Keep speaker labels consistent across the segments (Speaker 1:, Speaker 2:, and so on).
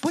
Speaker 1: 不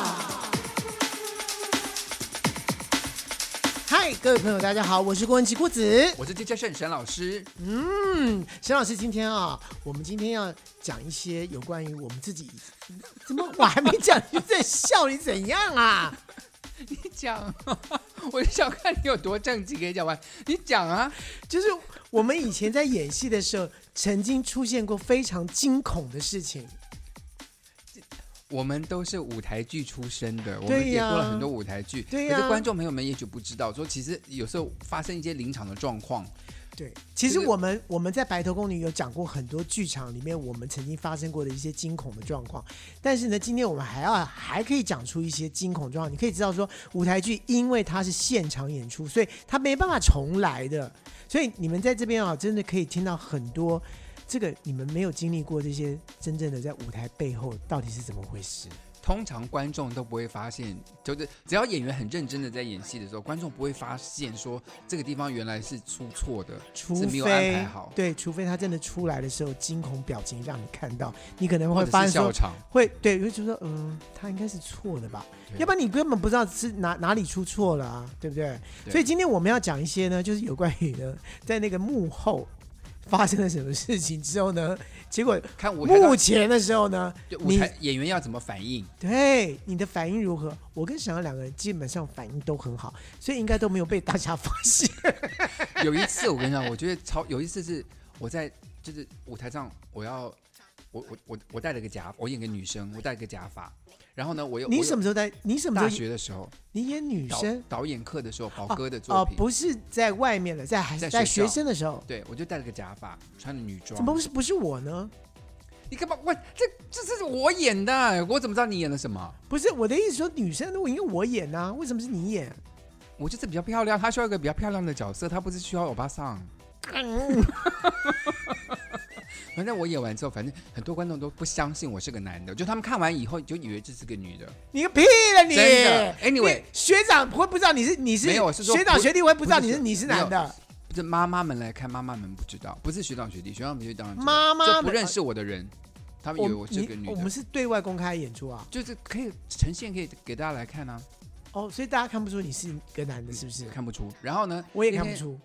Speaker 1: 嗨，各位朋友，大家好，我是郭文琪郭子。
Speaker 2: 我是 DJ 盛沈老师，
Speaker 1: 嗯，沈老师，今天啊，我们今天要讲一些有关于我们自己，怎么我还没讲你就在笑，你怎样啊？
Speaker 2: 你讲，啊 我就想看你有多正经，给你讲完。你讲啊，
Speaker 1: 就是我们以前在演戏的时候，曾经出现过非常惊恐的事情。
Speaker 2: 我们都是舞台剧出身的，我们
Speaker 1: 对
Speaker 2: 演
Speaker 1: 呀
Speaker 2: 过了很多舞台剧，
Speaker 1: 对呀
Speaker 2: 可是观众朋友们也许不知道，说其实有时候发生一些临场的状况，
Speaker 1: 对，其实
Speaker 2: 就是
Speaker 1: 我们我们在《白头宫女》有讲过很多剧场里面我们曾经发生过的一些惊恐的状况，但是呢，今天我们还要还可以讲出一些惊恐状况。你可以知道说，舞台剧因为它是现场演出，所以它没办法重来的。所以你们在这边啊，真的可以听到很多这个你们没有经历过这些真正的在舞台背后到底是怎么回事。
Speaker 2: 通常观众都不会发现，就是只要演员很认真的在演戏的时候，观众不会发现说这个地方原来是出错的，
Speaker 1: 除
Speaker 2: 是没有安
Speaker 1: 非
Speaker 2: 排好，
Speaker 1: 对，除非他真的出来的时候惊恐表情让你看到，你可能
Speaker 2: 或
Speaker 1: 会
Speaker 2: 者
Speaker 1: 发
Speaker 2: 是
Speaker 1: 现说
Speaker 2: 笑场。
Speaker 1: 会对，就觉得嗯，他应该是错的吧，
Speaker 2: 对
Speaker 1: 要不然你根本不知道是哪哪里出错了啊，对不对？
Speaker 2: 对
Speaker 1: 所以今天我们要讲一些呢，就是有关于呢，在那个幕后发生了什么事情之后呢，结果
Speaker 2: 看舞台到
Speaker 1: 目前的时候呢，
Speaker 2: 对舞台演员要怎么 反应？
Speaker 1: 对你的反应如何？我跟小杨两个人基本上反应都很好，所以应该都没有被大家发现。
Speaker 2: 有一次我跟你讲，我觉得超有一次是我在就是舞台上，我要我我我我戴了个假，我演个女生，我戴了个假发，然后呢，我又
Speaker 1: 你
Speaker 2: 我
Speaker 1: 什么时候在？你什
Speaker 2: 有
Speaker 1: 么
Speaker 2: 大
Speaker 1: 时候？
Speaker 2: 学的时候
Speaker 1: 你演女
Speaker 2: 导
Speaker 1: 生？
Speaker 2: 导演课的时候，宝
Speaker 1: 哦
Speaker 2: 哥的作
Speaker 1: 哦，
Speaker 2: 品，
Speaker 1: 不是在外面了，在还
Speaker 2: 在
Speaker 1: 是在
Speaker 2: 学校
Speaker 1: 学生的时候，
Speaker 2: 对我就戴了个假发，穿了女装，
Speaker 1: 怎么不是不是我呢？
Speaker 2: 你干嘛？我这这是我演的，我怎么知道你演了什么？
Speaker 1: 不是我的意思说，女生如果应该我演呐、为什么是你演？
Speaker 2: 我就是比较漂亮，她需要一个比较漂亮的角色，她不是需要欧巴桑。 反正我演完之后，反正很多观众都不相信我是个男的，就他们看完以后就以为这是个女的。
Speaker 1: 你个屁了你！
Speaker 2: 真的，anyway
Speaker 1: 你学长会不知道你是你是，
Speaker 2: 没有我是说
Speaker 1: 学长
Speaker 2: 不
Speaker 1: 学弟会不知道
Speaker 2: 不
Speaker 1: 你
Speaker 2: 是
Speaker 1: 是你是男的，
Speaker 2: 这妈妈们来看，妈妈们不知道，不是学长学弟，学长学弟当然知道
Speaker 1: 妈妈
Speaker 2: 就
Speaker 1: 们
Speaker 2: 不认识我的人，他们以为我是
Speaker 1: 你
Speaker 2: 个女
Speaker 1: 我
Speaker 2: 的
Speaker 1: 们，是对外公开演出啊，
Speaker 2: 就是可以呈现给给大家来看啊，
Speaker 1: 哦，所以大家看不出你是个男
Speaker 2: 嗯
Speaker 1: 的，是不是？
Speaker 2: 看不出。然后呢，
Speaker 1: 我也
Speaker 2: 那
Speaker 1: 看不
Speaker 2: 天
Speaker 1: 出。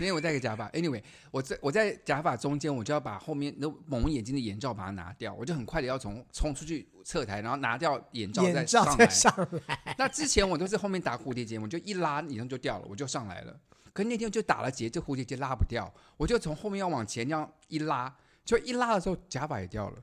Speaker 2: 因为我戴个假发，anyway，我在我在假发中间，我就要把后面那蒙眼睛的眼罩把它拿掉，我就很快的要从冲出去侧台，然后拿掉眼罩再
Speaker 1: 眼罩
Speaker 2: 上
Speaker 1: 在
Speaker 2: 来。
Speaker 1: 上来，
Speaker 2: 那之前我都是后面打蝴蝶结，我就一拉眼罩就掉了，我就上来了。可那天就打了结，这蝴蝶结拉不掉，我就从后面要往前这样一拉，就一拉的时候假发也掉了，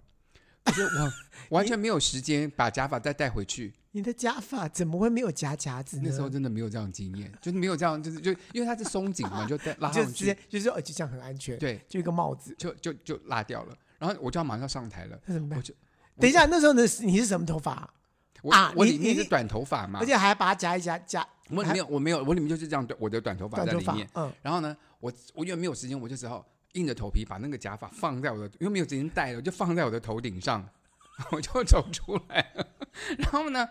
Speaker 2: 我就我完全没有时间把假发再带回去。
Speaker 1: 你的假发怎么会没有夹夹子呢？
Speaker 2: 那时候真的没有这样的经验，就是没有这样，就是就因为它是松紧嘛，就带拉
Speaker 1: 你就
Speaker 2: 上
Speaker 1: 直
Speaker 2: 去
Speaker 1: 接，就是哦，就这样很安全，
Speaker 2: 对，
Speaker 1: 就一个帽子，
Speaker 2: 就就就拉掉了。然后我就要马上上台了。
Speaker 1: 那怎么办
Speaker 2: 我就？
Speaker 1: 等一下，那时候呢，你是什么头发啊？
Speaker 2: 我、
Speaker 1: 啊
Speaker 2: 我
Speaker 1: 你
Speaker 2: 里面
Speaker 1: 你
Speaker 2: 是短头发嘛，
Speaker 1: 而且还把它夹一夹夹
Speaker 2: 我里面我没有我里面就是这样短我的短头发
Speaker 1: 短
Speaker 2: 在
Speaker 1: 头
Speaker 2: 里
Speaker 1: 发
Speaker 2: 面。，
Speaker 1: 嗯，
Speaker 2: 然后呢，我我因为没有时间，我就只好硬着头皮把那个假发放在我的，因为没有时间戴了，我就放在我的头顶上，我就走出来了。然后呢，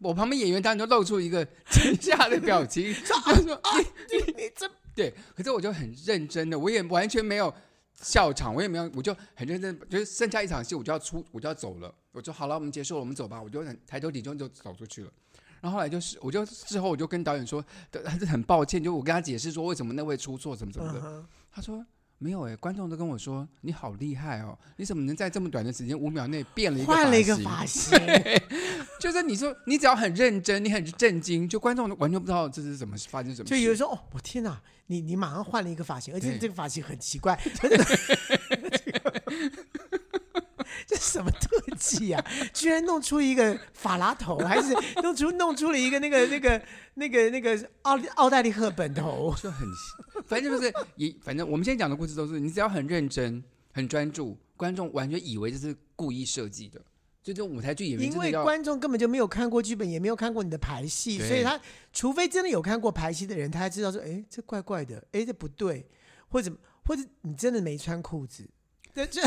Speaker 2: 我旁边演员当然就露出一个 惊吓的表情，他说：“啊，
Speaker 1: 你这
Speaker 2: 对。”可是我就很认真的，我也完全没有笑场，我也没有，我就很认真，就是剩下一场戏我就要出，我就要走了。我说：“好了，我们结束了，我们走吧。”我就很抬头挺胸就走出去了。然后后来就是，我就事后我就跟导演说，还是很抱歉，就我跟他解释说为什么那位出错，怎么怎么的。
Speaker 1: 嗯
Speaker 2: 他说没有哎、观众都跟我说你好厉害哦，你怎么能在这么短的时间五秒内变了一个
Speaker 1: 换了一个
Speaker 2: 型
Speaker 1: 发 型，
Speaker 2: 就是你说你只要很认真，你很震惊，就观众完全不知道这是怎么发生什么
Speaker 1: 就有人
Speaker 2: 事。
Speaker 1: 说哦，我天哪，你你马上换了一个发型，而且
Speaker 2: 对
Speaker 1: 这个发型很奇 怪，而且 这什么特技呀、居然弄出一个法拉头，还是弄出弄出了一个那个那个那个那个奥利奥黛丽赫本头？
Speaker 2: 就很，反正就是也，反正我们现在讲的故事都是，你只要很认真、很专注，观众完全以为这是故意设计的。就这种舞台剧演员
Speaker 1: 因
Speaker 2: 真的
Speaker 1: 为
Speaker 2: 要
Speaker 1: 观众根本就没有看过剧本，也没有看过你的排戏，
Speaker 2: 对
Speaker 1: 所以他除非真的有看过排戏的人，他才知道说，哎，这怪怪的，哎，这不对，或者 或者你真的没穿裤子，对，这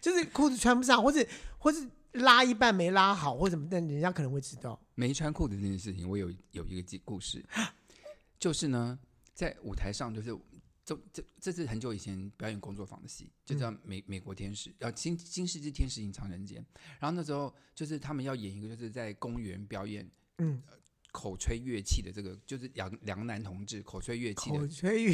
Speaker 1: 就是裤子穿不上，或者或者拉一半没拉好或怎么，但人家可能会知道。
Speaker 2: 没穿裤子这件事情，我有有一个记故事，就是呢，在舞台上，就是这这这是很久以前表演工作坊的戏，就叫美、美国天使，呃，新新世纪天使隐藏人间。然后那时候就是他们要演一个，就是在公园表演呃
Speaker 1: 嗯，
Speaker 2: 口吹乐器的这个，就是两两男同志口吹乐器
Speaker 1: 口
Speaker 2: 的
Speaker 1: 吹雨，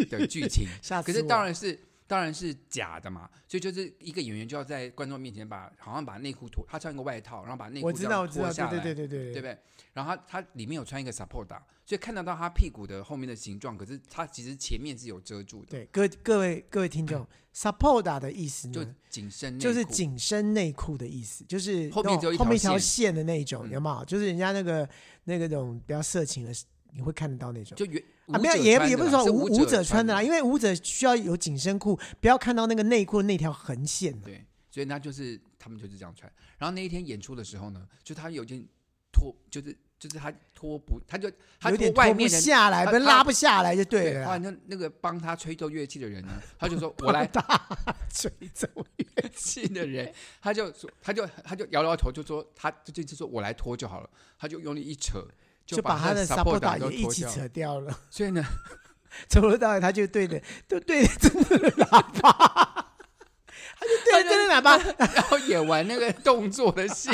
Speaker 2: 的的剧情。啊
Speaker 1: 下
Speaker 2: 可是当然是当然是假的嘛，所以就是一个演员就要在观众面前把好像把内裤脱，他穿一个外套，然后把内
Speaker 1: 我
Speaker 2: 裤
Speaker 1: 知
Speaker 2: 这
Speaker 1: 道，
Speaker 2: 样
Speaker 1: 我知道，
Speaker 2: 脱下来，
Speaker 1: 对对对对
Speaker 2: 对不对？然后他他里面有穿一个 support，啊所以看得到他屁股的后面的形状，可是他其实前面是有遮住的，
Speaker 1: 对，各位各位各位听 众，support 的意思
Speaker 2: 就
Speaker 1: 呢，
Speaker 2: 紧身内裤，
Speaker 1: 就是紧身内裤的意思，就是
Speaker 2: 后面
Speaker 1: 那种
Speaker 2: 只有一
Speaker 1: 后
Speaker 2: 条
Speaker 1: 面一条
Speaker 2: 线
Speaker 1: 线的那一种，
Speaker 2: 嗯
Speaker 1: 有没有？就是人家那个那个种比较色情的，你会看得到那种。
Speaker 2: 就原
Speaker 1: 啊，
Speaker 2: 舞
Speaker 1: 没有，
Speaker 2: 者
Speaker 1: 也
Speaker 2: 穿
Speaker 1: 也
Speaker 2: 的
Speaker 1: 不是
Speaker 2: 啦
Speaker 1: 说
Speaker 2: 是
Speaker 1: 舞
Speaker 2: 舞
Speaker 1: 者穿的啦，
Speaker 2: 的，
Speaker 1: 因为舞者需要有紧身裤，不要看到那个内裤那条横线的。
Speaker 2: 对，所以那就是他们就是这样穿。然后那一天演出的时候呢，就他有点脱，就是就是他脱不，他就他
Speaker 1: 有
Speaker 2: 脱
Speaker 1: 点
Speaker 2: 外
Speaker 1: 脱不
Speaker 2: 面的
Speaker 1: 下来，
Speaker 2: 他
Speaker 1: 不
Speaker 2: 他
Speaker 1: 拉不下来就对啊
Speaker 2: 对，
Speaker 1: 了
Speaker 2: 后来
Speaker 1: 啦。
Speaker 2: 那那个帮他吹奏乐器的人呢，他 就说：“我来
Speaker 1: 大吹奏
Speaker 2: 乐器的人。”他就说，他就他就摇摇头，就说：“他就就就说我来脱就好了。”他就用力一扯，
Speaker 1: 就
Speaker 2: 把
Speaker 1: 把他的
Speaker 2: s
Speaker 1: s u
Speaker 2: u p
Speaker 1: p p o
Speaker 2: p o r
Speaker 1: r
Speaker 2: 打
Speaker 1: t 也一起
Speaker 2: 掉了。
Speaker 1: 扯掉了，
Speaker 2: 所以呢，
Speaker 1: 从头到尾他就对着都对着真的喇叭， 他就对着真的喇叭，
Speaker 2: 然后演完那个动作的戏，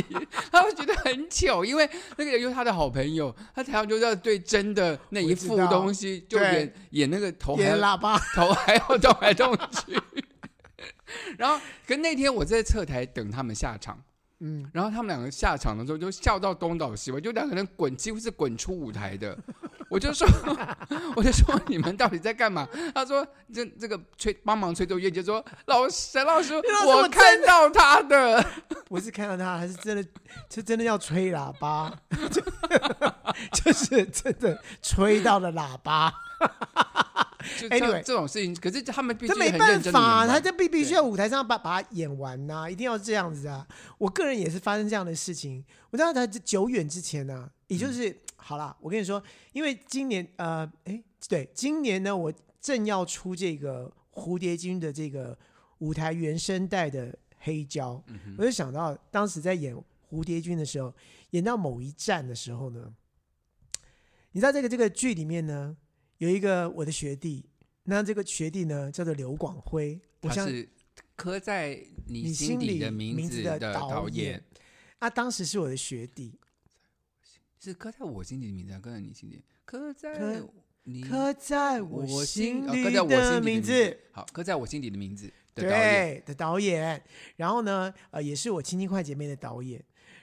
Speaker 2: 他会觉得很糗，因为那个人就是他的好朋友，他台上就是要对真的那一副
Speaker 1: 我知道
Speaker 2: 东西，就
Speaker 1: 对
Speaker 2: 演演那个头还
Speaker 1: 也
Speaker 2: 要
Speaker 1: 喇叭，
Speaker 2: 头还要动来动去。 然后，可那天我在侧台等他们下场，
Speaker 1: 嗯，
Speaker 2: 然后他们两个下场的时候就笑到东倒西歪，就两个人滚，几乎是滚出舞台的。我就说， 我就说你们到底在干嘛？他说这这个吹帮忙吹奏乐器，就说老师沈老师，
Speaker 1: 老师
Speaker 2: 我
Speaker 1: 我
Speaker 2: 看到 他的，
Speaker 1: 不是看到他，还是真的， 是真的要吹喇叭， 就就是真的吹到了喇叭。
Speaker 2: 就这
Speaker 1: Anyway
Speaker 2: 这种事情。可是他们必须
Speaker 1: 这没
Speaker 2: 很
Speaker 1: 办
Speaker 2: 认真地
Speaker 1: 法、
Speaker 2: 演完
Speaker 1: 他这必必须
Speaker 2: 对
Speaker 1: 要舞台上把把它演完呐、一定要这样子啊！我个人也是发生这样的事情，我知道他久远之前呢、也就是、好啦，我跟你说，因为今年呃，哎，对，今年呢，我正要出这个蝴蝶君的这个舞台原声带的黑胶，
Speaker 2: 嗯
Speaker 1: 我就想到当时在演蝴蝶君的时候，演到某一站的时候呢，你知道这个这个剧里面呢，有一个我的学弟，那这个学弟呢叫做刘广辉，我
Speaker 2: 他
Speaker 1: 相
Speaker 2: 是刻在你
Speaker 1: 你
Speaker 2: 心
Speaker 1: 心
Speaker 2: 底
Speaker 1: 里
Speaker 2: 的
Speaker 1: 名
Speaker 2: 名
Speaker 1: 字
Speaker 2: 字
Speaker 1: 的
Speaker 2: 的
Speaker 1: 导
Speaker 2: 导
Speaker 1: 演
Speaker 2: 演，
Speaker 1: 啊，当时是我的学弟，
Speaker 2: 是刻在我心底的名字，啊还是刻在你心底，刻在
Speaker 1: 刻
Speaker 2: 你
Speaker 1: 刻在
Speaker 2: 我
Speaker 1: 我
Speaker 2: 心
Speaker 1: 心
Speaker 2: 哦
Speaker 1: 里
Speaker 2: 刻在我心
Speaker 1: 的
Speaker 2: 底
Speaker 1: 名字
Speaker 2: 字。，好，刻在我心底的名字的导演，
Speaker 1: 对的导演，然后呢，呃，也是我《亲亲快姐妹》的导演。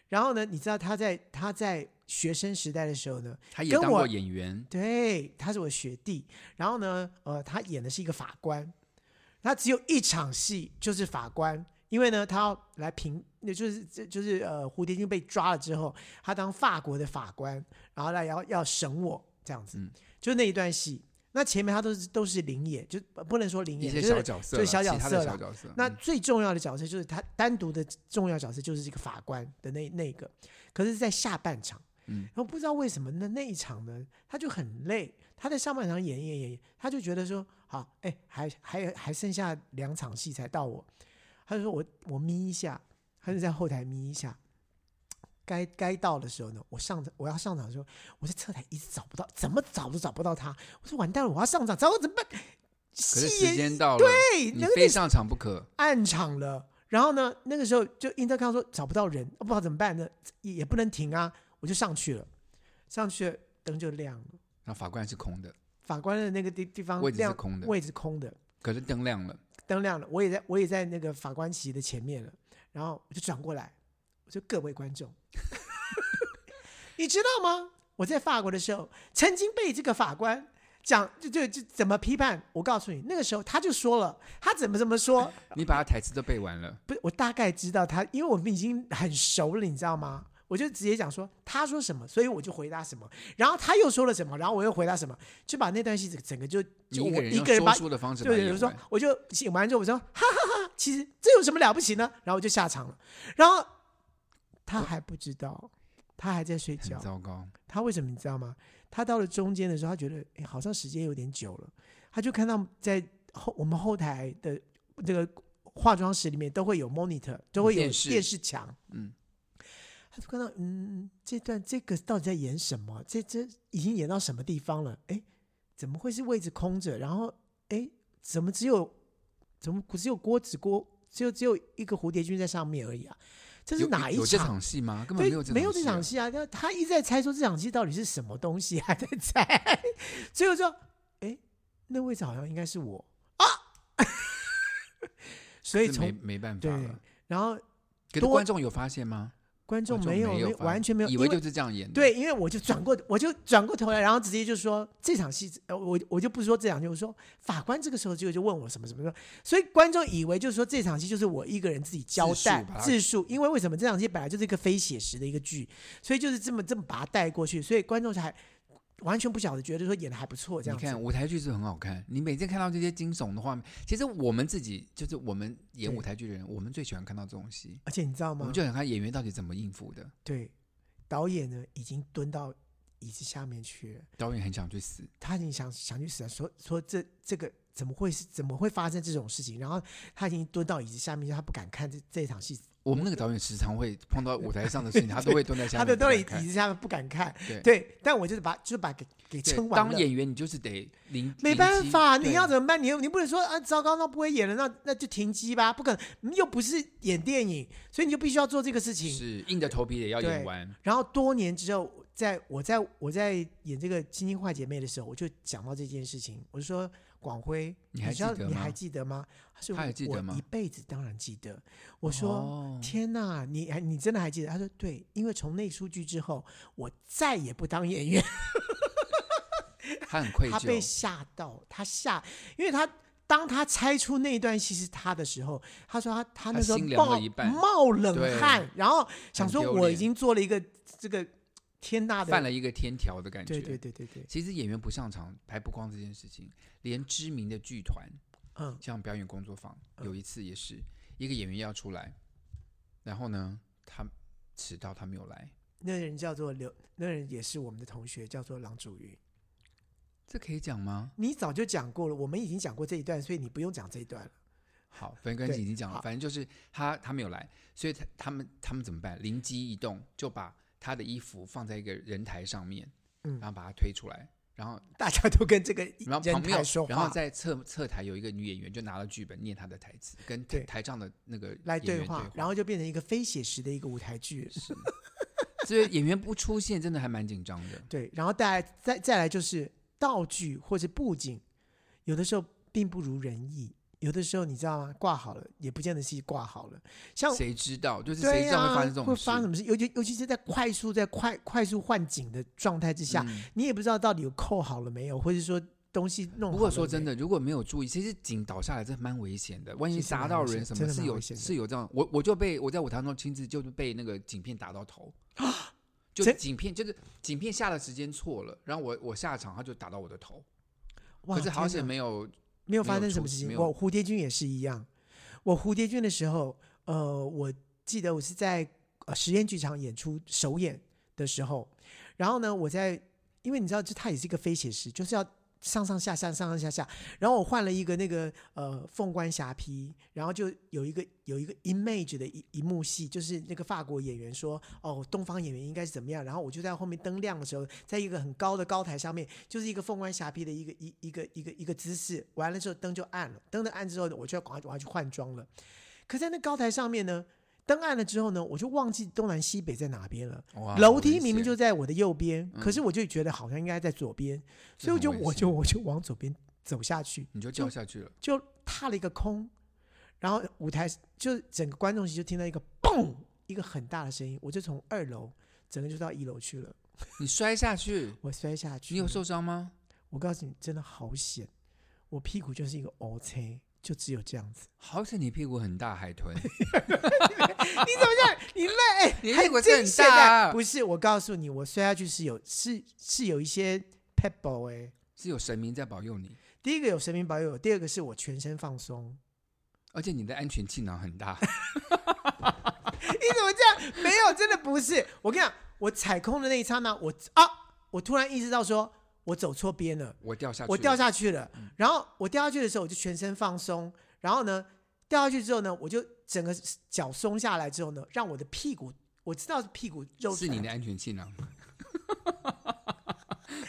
Speaker 1: 然后呢，你知道他在他在学生时代的时候呢，
Speaker 2: 他也
Speaker 1: 跟
Speaker 2: 当
Speaker 1: 我
Speaker 2: 过演员，
Speaker 1: 对，他是我的学弟。然后呢，呃，他演的是一个法官，他只有一场戏就是法官，因为呢，他要来评，就是这就是呃，蝴蝶君被抓了之后，他当法国的法官，然后来要要审我这样子，
Speaker 2: 嗯
Speaker 1: 就那一段戏。那前面他都是都是灵演，就不能说灵
Speaker 2: 一
Speaker 1: 演，
Speaker 2: 些
Speaker 1: 就
Speaker 2: 小
Speaker 1: 是
Speaker 2: 角色啦，
Speaker 1: 就是小角
Speaker 2: 其他
Speaker 1: 色
Speaker 2: 的
Speaker 1: 啦
Speaker 2: 小角色。
Speaker 1: 那
Speaker 2: 嗯
Speaker 1: 最重要的角色就是他单独的重要角色就是这个法官的那那个，可是，在下半场，
Speaker 2: 嗯
Speaker 1: 然后不知道为什么那那一场呢，他就很累，他在上半场演一演演一演，他就觉得说，好，哎，还还还剩下两场戏才到我，他就说我我眯一下，他就在后台眯一下。该该到的时候呢，我上我要上场的时候，我在侧台一直找不到，怎么找都找不到他。我说完蛋了，我要上场，找我怎么办？
Speaker 2: 可是
Speaker 1: 戏
Speaker 2: 时
Speaker 1: 也
Speaker 2: 间到了，
Speaker 1: 对，
Speaker 2: 你
Speaker 1: 那个
Speaker 2: 非上场不可。
Speaker 1: 暗场了。然后呢，那个时候就 intercom 说找不到人，哦、不知道怎么办呢，也也不能停啊，我就上去了，上去了灯就亮了，
Speaker 2: 然后法官是空的，
Speaker 1: 法官的那个地地方
Speaker 2: 位置是
Speaker 1: 啊亮，
Speaker 2: 空的，
Speaker 1: 位置空的，
Speaker 2: 可是灯亮了，
Speaker 1: 灯亮了，我也在我也在那个法官席的前面了，然后我就转过来，我说各位观众， 你知道吗？我在法国的时候，曾经被这个法官讲就就就怎么批判，我告诉你，那个时候他就说了，他怎么怎么说，
Speaker 2: 你把他台词都背完了，
Speaker 1: 不是，我大概知道他，因为我们已经很熟了，你知道吗？我就直接讲说他说什么，所以我就回答什么，然后他又说了什么，然后我又回答什么，就把那段戏整整个就
Speaker 2: 你
Speaker 1: 就我
Speaker 2: 个人
Speaker 1: 一
Speaker 2: 用
Speaker 1: 个人
Speaker 2: 说
Speaker 1: 把
Speaker 2: 书的方式把
Speaker 1: 就
Speaker 2: 它
Speaker 1: 有
Speaker 2: 演
Speaker 1: 人说
Speaker 2: 完，，
Speaker 1: 我就醒完之后我说哈哈哈，其实这有什么了不起呢？然后我就下场了，然后他还不知道，他还在睡
Speaker 2: 很
Speaker 1: 觉，
Speaker 2: 糟糕。
Speaker 1: 他为什么你知道吗？他到了中间的时候，他觉得哎，好像时间有点久了，他就看到在后我们后台的这个化妆室里面都会有 monitor，都会有
Speaker 2: 电视
Speaker 1: 电视墙，
Speaker 2: 嗯，
Speaker 1: 他就看到，嗯，这段这个到底在演什么？这这已经演到什么地方了？哎，怎么会是位置空着？然后，哎，怎么只有怎么只有锅子锅，只有只有一个蝴蝶君在上面而已啊？这是
Speaker 2: 有
Speaker 1: 哪一
Speaker 2: 有这
Speaker 1: 场？
Speaker 2: 场戏吗？根本
Speaker 1: 对，
Speaker 2: 没有这
Speaker 1: 没有这
Speaker 2: 戏
Speaker 1: 场
Speaker 2: 啊
Speaker 1: 戏啊！那他一直在猜说这场戏到底是什么东西，还在猜。 所以我说，哎，那位置好像应该是我啊。 所以
Speaker 2: 这没
Speaker 1: 从
Speaker 2: 没办法
Speaker 1: 对
Speaker 2: 了。，
Speaker 1: 然后
Speaker 2: 可是
Speaker 1: 多
Speaker 2: 观众有发现吗？
Speaker 1: 观众
Speaker 2: 观
Speaker 1: 没有
Speaker 2: 有
Speaker 1: 没
Speaker 2: 发现，
Speaker 1: 完全没有，
Speaker 2: 以
Speaker 1: 因
Speaker 2: 为
Speaker 1: 为
Speaker 2: 就是这样演的。
Speaker 1: 对，因为我就转过，我就转过头来，然后直接就说这场戏，呃，我我就不说这场戏，我说法官这个时候就就问我什么什么什么，所以观众以为就是说这场戏就是我一个人自己交
Speaker 2: 自
Speaker 1: 代
Speaker 2: 述把它
Speaker 1: 自述，因为为什么这场戏本来就是一个非写实的一个剧，所以就是这么这么把它带过去，所以观众才完全不晓得，觉得说演的还不错这
Speaker 2: 你
Speaker 1: 样子。
Speaker 2: 看舞台剧是很好看，你每次看到这些惊悚的画面，其实我们自己就是我们演
Speaker 1: 对
Speaker 2: 舞台剧的人，我们最喜欢看到这种戏，
Speaker 1: 而且你知道
Speaker 2: 我
Speaker 1: 吗
Speaker 2: 们？就想看演员到底怎么应付的。
Speaker 1: 对，导演呢已经蹲到椅子下面去了。
Speaker 2: 导演很想去死，
Speaker 1: 他已经想想去死了，说说这这个怎么会是怎么会发生这种事情？然后他已经蹲到椅子下面，他不敢看这这场戏，
Speaker 2: 我们那个导演时常会碰到舞台上的事情，他都会蹲在下
Speaker 1: 他
Speaker 2: 面
Speaker 1: 都蹲
Speaker 2: 不
Speaker 1: 到
Speaker 2: 敢
Speaker 1: 椅
Speaker 2: 看。
Speaker 1: 椅子下面不敢看。
Speaker 2: 对
Speaker 1: 对，但我就是把就是把给给
Speaker 2: 对
Speaker 1: 撑完
Speaker 2: 当
Speaker 1: 了。
Speaker 2: 演员你就是得临，
Speaker 1: 没办法，
Speaker 2: 临机
Speaker 1: 你要
Speaker 2: 对
Speaker 1: 怎么办？你又你不能说啊，糟糕，那不会演了，那那就停机吧，不可能，又不是演电影，所以你就必须要做这个事情。
Speaker 2: 是硬着头皮也要
Speaker 1: 对
Speaker 2: 演完。
Speaker 1: 然后多年之后，在我在我在演这个《亲亲坏姐妹》的时候，我就讲到这件事情，我就说广辉，
Speaker 2: 你还
Speaker 1: 知道
Speaker 2: 记得
Speaker 1: 你
Speaker 2: 吗
Speaker 1: 还记得吗？他说
Speaker 2: 他还记得吗
Speaker 1: 我一辈子当然记得。我说、
Speaker 2: 哦
Speaker 1: 天哪，你还你真的还记得？他说对，因为从那出剧之后，我再也不当演员。
Speaker 2: 他很愧
Speaker 1: 他被
Speaker 2: 疚，
Speaker 1: 吓到，他吓，因为他。当他猜出那一段戏是他的时候，他说他他那时候
Speaker 2: 他心凉
Speaker 1: 冒
Speaker 2: 了一半
Speaker 1: 冒冷
Speaker 2: 对
Speaker 1: 汗，然后想
Speaker 2: 很
Speaker 1: 说
Speaker 2: 丢
Speaker 1: 我已
Speaker 2: 脸
Speaker 1: 经做了一个这个天大的
Speaker 2: 犯了一个天条的感觉。
Speaker 1: 对对对对对，
Speaker 2: 其实演员不上场还不光这件事情，连知名的剧团，
Speaker 1: 嗯
Speaker 2: 像表演工作坊，
Speaker 1: 嗯
Speaker 2: 有一次也是一个演员要出来，然后呢，他迟到，他没有来，，
Speaker 1: 那人叫做刘，那人也是我们的同学，叫做郎祖云。
Speaker 2: 这可以讲吗？
Speaker 1: 你早就讲过了，我们已经讲过这一段，所以你不用讲这一段了。
Speaker 2: 好，分根
Speaker 1: 对
Speaker 2: 已经讲了，
Speaker 1: 好
Speaker 2: 反正就是他他没有来，所以他他们他们怎么办？灵机一动，就把他的衣服放在一个人台上面，
Speaker 1: 嗯
Speaker 2: 然后把他推出来，然后
Speaker 1: 大家都跟这个
Speaker 2: 然后
Speaker 1: 人
Speaker 2: 旁边
Speaker 1: 台
Speaker 2: 有
Speaker 1: 说话，
Speaker 2: 然后在侧侧台有一个女演员就拿了剧本念她的台词，跟台
Speaker 1: 对
Speaker 2: 台上的那个演员
Speaker 1: 来
Speaker 2: 对
Speaker 1: 话，然后就变成一个非写实的一个舞台剧。
Speaker 2: 是，所以演员不出现真的还蛮紧张的。
Speaker 1: 对，然后再来再再来就是道具或者布景，有的时候并不如人意，有的时候你知道吗？挂好了也不见得是挂好了，像。
Speaker 2: 谁知道？就是谁
Speaker 1: 对
Speaker 2: 知道会
Speaker 1: 呀、
Speaker 2: 发生这
Speaker 1: 会
Speaker 2: 种事？
Speaker 1: 发生什么事？尤其尤其是在快速在快快速换景的状态之下，
Speaker 2: 嗯
Speaker 1: 你也不知道到底有扣好了没有，或者说东西弄好了没有。
Speaker 2: 不过说真的，如果没有注意，其实井倒下来真的蛮危险的，万一
Speaker 1: 其实
Speaker 2: 砸
Speaker 1: 蛮
Speaker 2: 到
Speaker 1: 危险
Speaker 2: 人什么
Speaker 1: 真，的
Speaker 2: 是
Speaker 1: 蛮
Speaker 2: 有
Speaker 1: 危险的
Speaker 2: 是有这样。我我就被我在舞台中亲自就是被那个景片打到 头，就
Speaker 1: 真
Speaker 2: 景片就是景片下的时间错了，然后我我下场他就打到我的头，
Speaker 1: 哇，
Speaker 2: 可是好
Speaker 1: 天
Speaker 2: 险
Speaker 1: 哪
Speaker 2: 没有
Speaker 1: 没有
Speaker 2: 没
Speaker 1: 发
Speaker 2: 有
Speaker 1: 生什
Speaker 2: 出
Speaker 1: 么
Speaker 2: 事
Speaker 1: 事情。
Speaker 2: 没有
Speaker 1: 我蝴蝶君也是一样，我蝴蝶君的时候，呃，我记得我是在呃实验剧场演出首演的时候，然后呢，我在因为你知道，这它也是一个非写实，就是要。上上下下，上上下下，然后我换了一个那个呃凤冠霞帔，然后就有一个有一个 image 的一一幕戏，就是那个法国演员说哦东方演员应该是怎么样，然后我就在后面灯亮的时候，在一个很高的高台上面，就是一个凤冠霞帔的一个一一个一个一个姿势。完了之后灯就暗了，灯的暗之后，我就要赶快赶快去换装了。可在那高台上面呢，灯暗了之后呢，我就忘记东南西北在哪边了。
Speaker 2: 哇
Speaker 1: 楼
Speaker 2: 啊好
Speaker 1: 梯
Speaker 2: 危
Speaker 1: 明明
Speaker 2: 险
Speaker 1: 就在我的右边，
Speaker 2: 嗯
Speaker 1: 可是我就觉得好像应该在左边，
Speaker 2: 这
Speaker 1: 所以我
Speaker 2: 很
Speaker 1: 就
Speaker 2: 危
Speaker 1: 我
Speaker 2: 险
Speaker 1: 就我就往左边走下去，
Speaker 2: 你就
Speaker 1: 就
Speaker 2: 掉下去了，
Speaker 1: 就踏了一个空，然后舞台就整个观众席就听到一个嘣一个很大的声音，我就从二楼整个就到一楼去了，
Speaker 2: 你摔下去，
Speaker 1: 我摔下去
Speaker 2: 你
Speaker 1: 了。
Speaker 2: 有受伤吗？
Speaker 1: 我告诉你，真的好险！我屁股就是一个 O C，就只有这样 子。
Speaker 2: 好险你屁股很大，海豚，
Speaker 1: 你怎么这样？你累？
Speaker 2: 你
Speaker 1: 还
Speaker 2: 屁股是很
Speaker 1: 惊险
Speaker 2: 大
Speaker 1: 的
Speaker 2: 啊，
Speaker 1: 不是，我告诉你，我摔下去是有是是有一些 pebble 哎、
Speaker 2: 是有神明在保佑你，
Speaker 1: 第一个有神明保佑，第二个是我全身放松。
Speaker 2: 而且你的安全气囊很大，
Speaker 1: 你怎么这样？没有，真的不是。我跟你讲，我踩空的那一刹那，我啊，我突然意识到说，我走错边了。
Speaker 2: 我掉下去了，嗯
Speaker 1: 我掉下去了，然后我掉下去的时候，我就全身放松，然后呢，掉下去之后呢，我就整个脚松下来之后呢，让我的屁股，我知道是屁股肉
Speaker 2: 是你的安全气囊，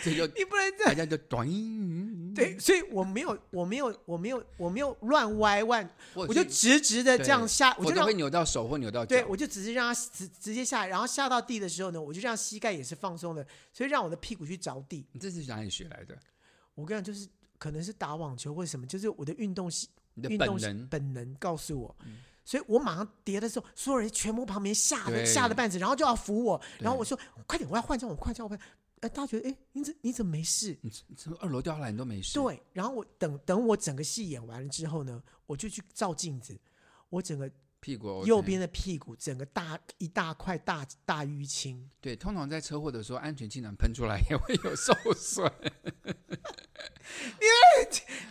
Speaker 2: 所以就
Speaker 1: 你不能这样
Speaker 2: 大家就短， 嗯
Speaker 1: 对，所以我没有，我没有，我没有，我没有乱歪弯，
Speaker 2: 我
Speaker 1: 我就直直的这样下，我
Speaker 2: 我
Speaker 1: 就
Speaker 2: 都
Speaker 1: 让
Speaker 2: 会扭到手或扭到
Speaker 1: 对，
Speaker 2: 脚，
Speaker 1: 我就直接让它直直接下来，然后下到地的时候呢，我就让膝盖也是放松的，所以让我的屁股去着地。
Speaker 2: 你这是哪里学来的？
Speaker 1: 我跟你讲，就是可能是打网球或者什么，就是我的运动系
Speaker 2: 你的
Speaker 1: 运
Speaker 2: 本
Speaker 1: 动系
Speaker 2: 能，
Speaker 1: 本能告诉我
Speaker 2: 嗯。
Speaker 1: 所以我马上跌的时候，所有人全部旁边吓得
Speaker 2: 对
Speaker 1: 吓得半死，然后就要扶我，
Speaker 2: 对
Speaker 1: 然后我说快点，我要换装，我快叫我快点。哎，大家觉得哎，你怎你怎么没事？
Speaker 2: 你你从二楼掉下来你都没事，
Speaker 1: 对，然后我等等我整个戏演完了之后呢，我就去照镜子，我整个
Speaker 2: 屁股 OK
Speaker 1: 右边的屁股整个大一大块大大淤青，
Speaker 2: 对，通常在车祸的时候，安全气囊喷出来也会有受 损。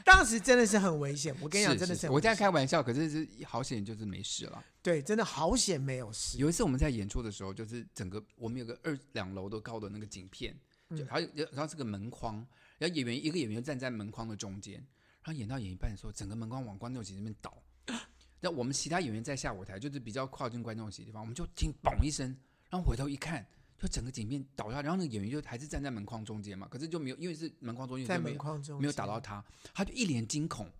Speaker 1: 当时真的是很危险。我
Speaker 2: 我
Speaker 1: 跟你讲，真的是很
Speaker 2: 我
Speaker 1: 危
Speaker 2: 在
Speaker 1: 险
Speaker 2: 开玩笑，可是是好险就是没事了。
Speaker 1: 对，真的好险没有事。
Speaker 2: 有一次我们在演出的时候，就是整个我们有个二两楼的高的那个景片，
Speaker 1: 嗯
Speaker 2: 就还有然后是个门框，然后演员一个演员站在门框的中间，然后演到演一半的时候，整个门框往观众席那边 倒。那我们其他演员在下舞台，就是比较靠近观众席的地方，我们就听“嘣”一声，然后回头一看，就整个景片倒下，然后那个演员就还是站在门框中间嘛，可是就没有，因为是门框中间
Speaker 1: 在
Speaker 2: 就没
Speaker 1: 门
Speaker 2: 有
Speaker 1: 框中
Speaker 2: 没有打到
Speaker 1: 间，
Speaker 2: 他，他就一脸惊恐，然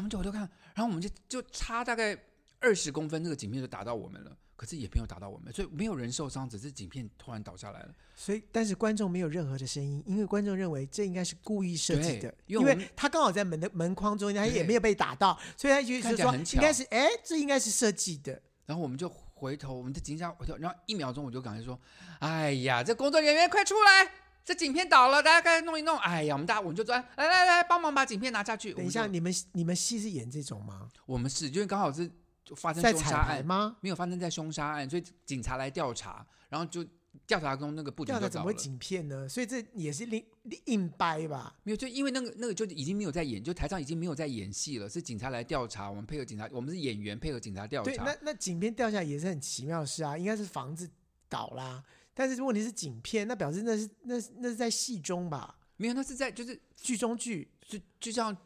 Speaker 2: 后我们就回头看，然后我们就就差大概二十公分，那个景片就打到我们了，可是也没有打到我们，所以没有人受伤，只是景片突然倒下来了。
Speaker 1: 所以但是观众没有任何的声音，因为观众认为这应该是故意设计
Speaker 2: 对
Speaker 1: 的，因
Speaker 2: 因为我
Speaker 1: 为
Speaker 2: 们
Speaker 1: 他刚好在门的门框中间，他也
Speaker 2: 对
Speaker 1: 没有被打到，所以他就
Speaker 2: 看
Speaker 1: 是
Speaker 2: 起来
Speaker 1: 说
Speaker 2: 很巧
Speaker 1: 应该是哎，这应该是设计的。
Speaker 2: 然后我们就回头，我们就停下回头，然后一秒钟我就赶快说：“哎呀，这工作人员快出来！”这景片倒了，大家快弄一弄。哎呀，我们大家我们就说，来来来，帮忙把景片拿下去。
Speaker 1: 等一下，
Speaker 2: 我们
Speaker 1: 你们你们戏是演这种吗？
Speaker 2: 就，我们是因为刚好是就发生
Speaker 1: 在
Speaker 2: 凶
Speaker 1: 彩
Speaker 2: 杀
Speaker 1: 排
Speaker 2: 案，
Speaker 1: 吗？
Speaker 2: 没有发生在凶杀案，所以警察来调查，然后就调查工那个部
Speaker 1: 这
Speaker 2: 长
Speaker 1: 样
Speaker 2: 就
Speaker 1: 的怎
Speaker 2: 找
Speaker 1: 么会
Speaker 2: 了。
Speaker 1: 景片呢？所以这也是另硬掰吧？
Speaker 2: 没有，就因为那个那个就已经没有在演，就台上已经没有在演戏了，是警察来调查，我们配合警察，我们是演员配合警察调
Speaker 1: 对，
Speaker 2: 查
Speaker 1: 那。那景片掉下来也是很奇妙的事啊，应该是房子倒啦。但是问题是景片，那表示那是那是那是在戏中吧，
Speaker 2: 没有，那是在就是
Speaker 1: 剧中剧
Speaker 2: 就就像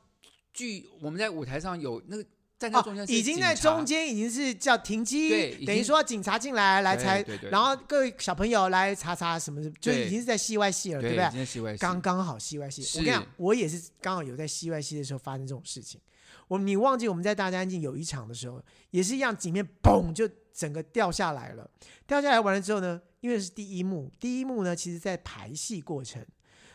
Speaker 2: 剧我们在舞台上有那个站在
Speaker 1: 啊
Speaker 2: 中间、，
Speaker 1: 已经在中，间已经是叫停
Speaker 2: 对已
Speaker 1: 机，
Speaker 2: 经
Speaker 1: 等于说警察进来来
Speaker 2: 对
Speaker 1: 才
Speaker 2: 对对，
Speaker 1: 然后各位小朋友来查查什么的，就
Speaker 2: 对
Speaker 1: 已经是在戏外戏了，对
Speaker 2: 对
Speaker 1: 不对？
Speaker 2: 今天戏外戏
Speaker 1: 刚刚好戏外戏，
Speaker 2: 是
Speaker 1: 我跟你讲，我也是刚好有在戏外戏的时候发生这种事情。我你忘记我们在大家安静有一场的时候，也是一样，景面嘣就整个掉下来了。掉下来完了之后呢，因为是第一幕，第一幕呢其实在排戏过程，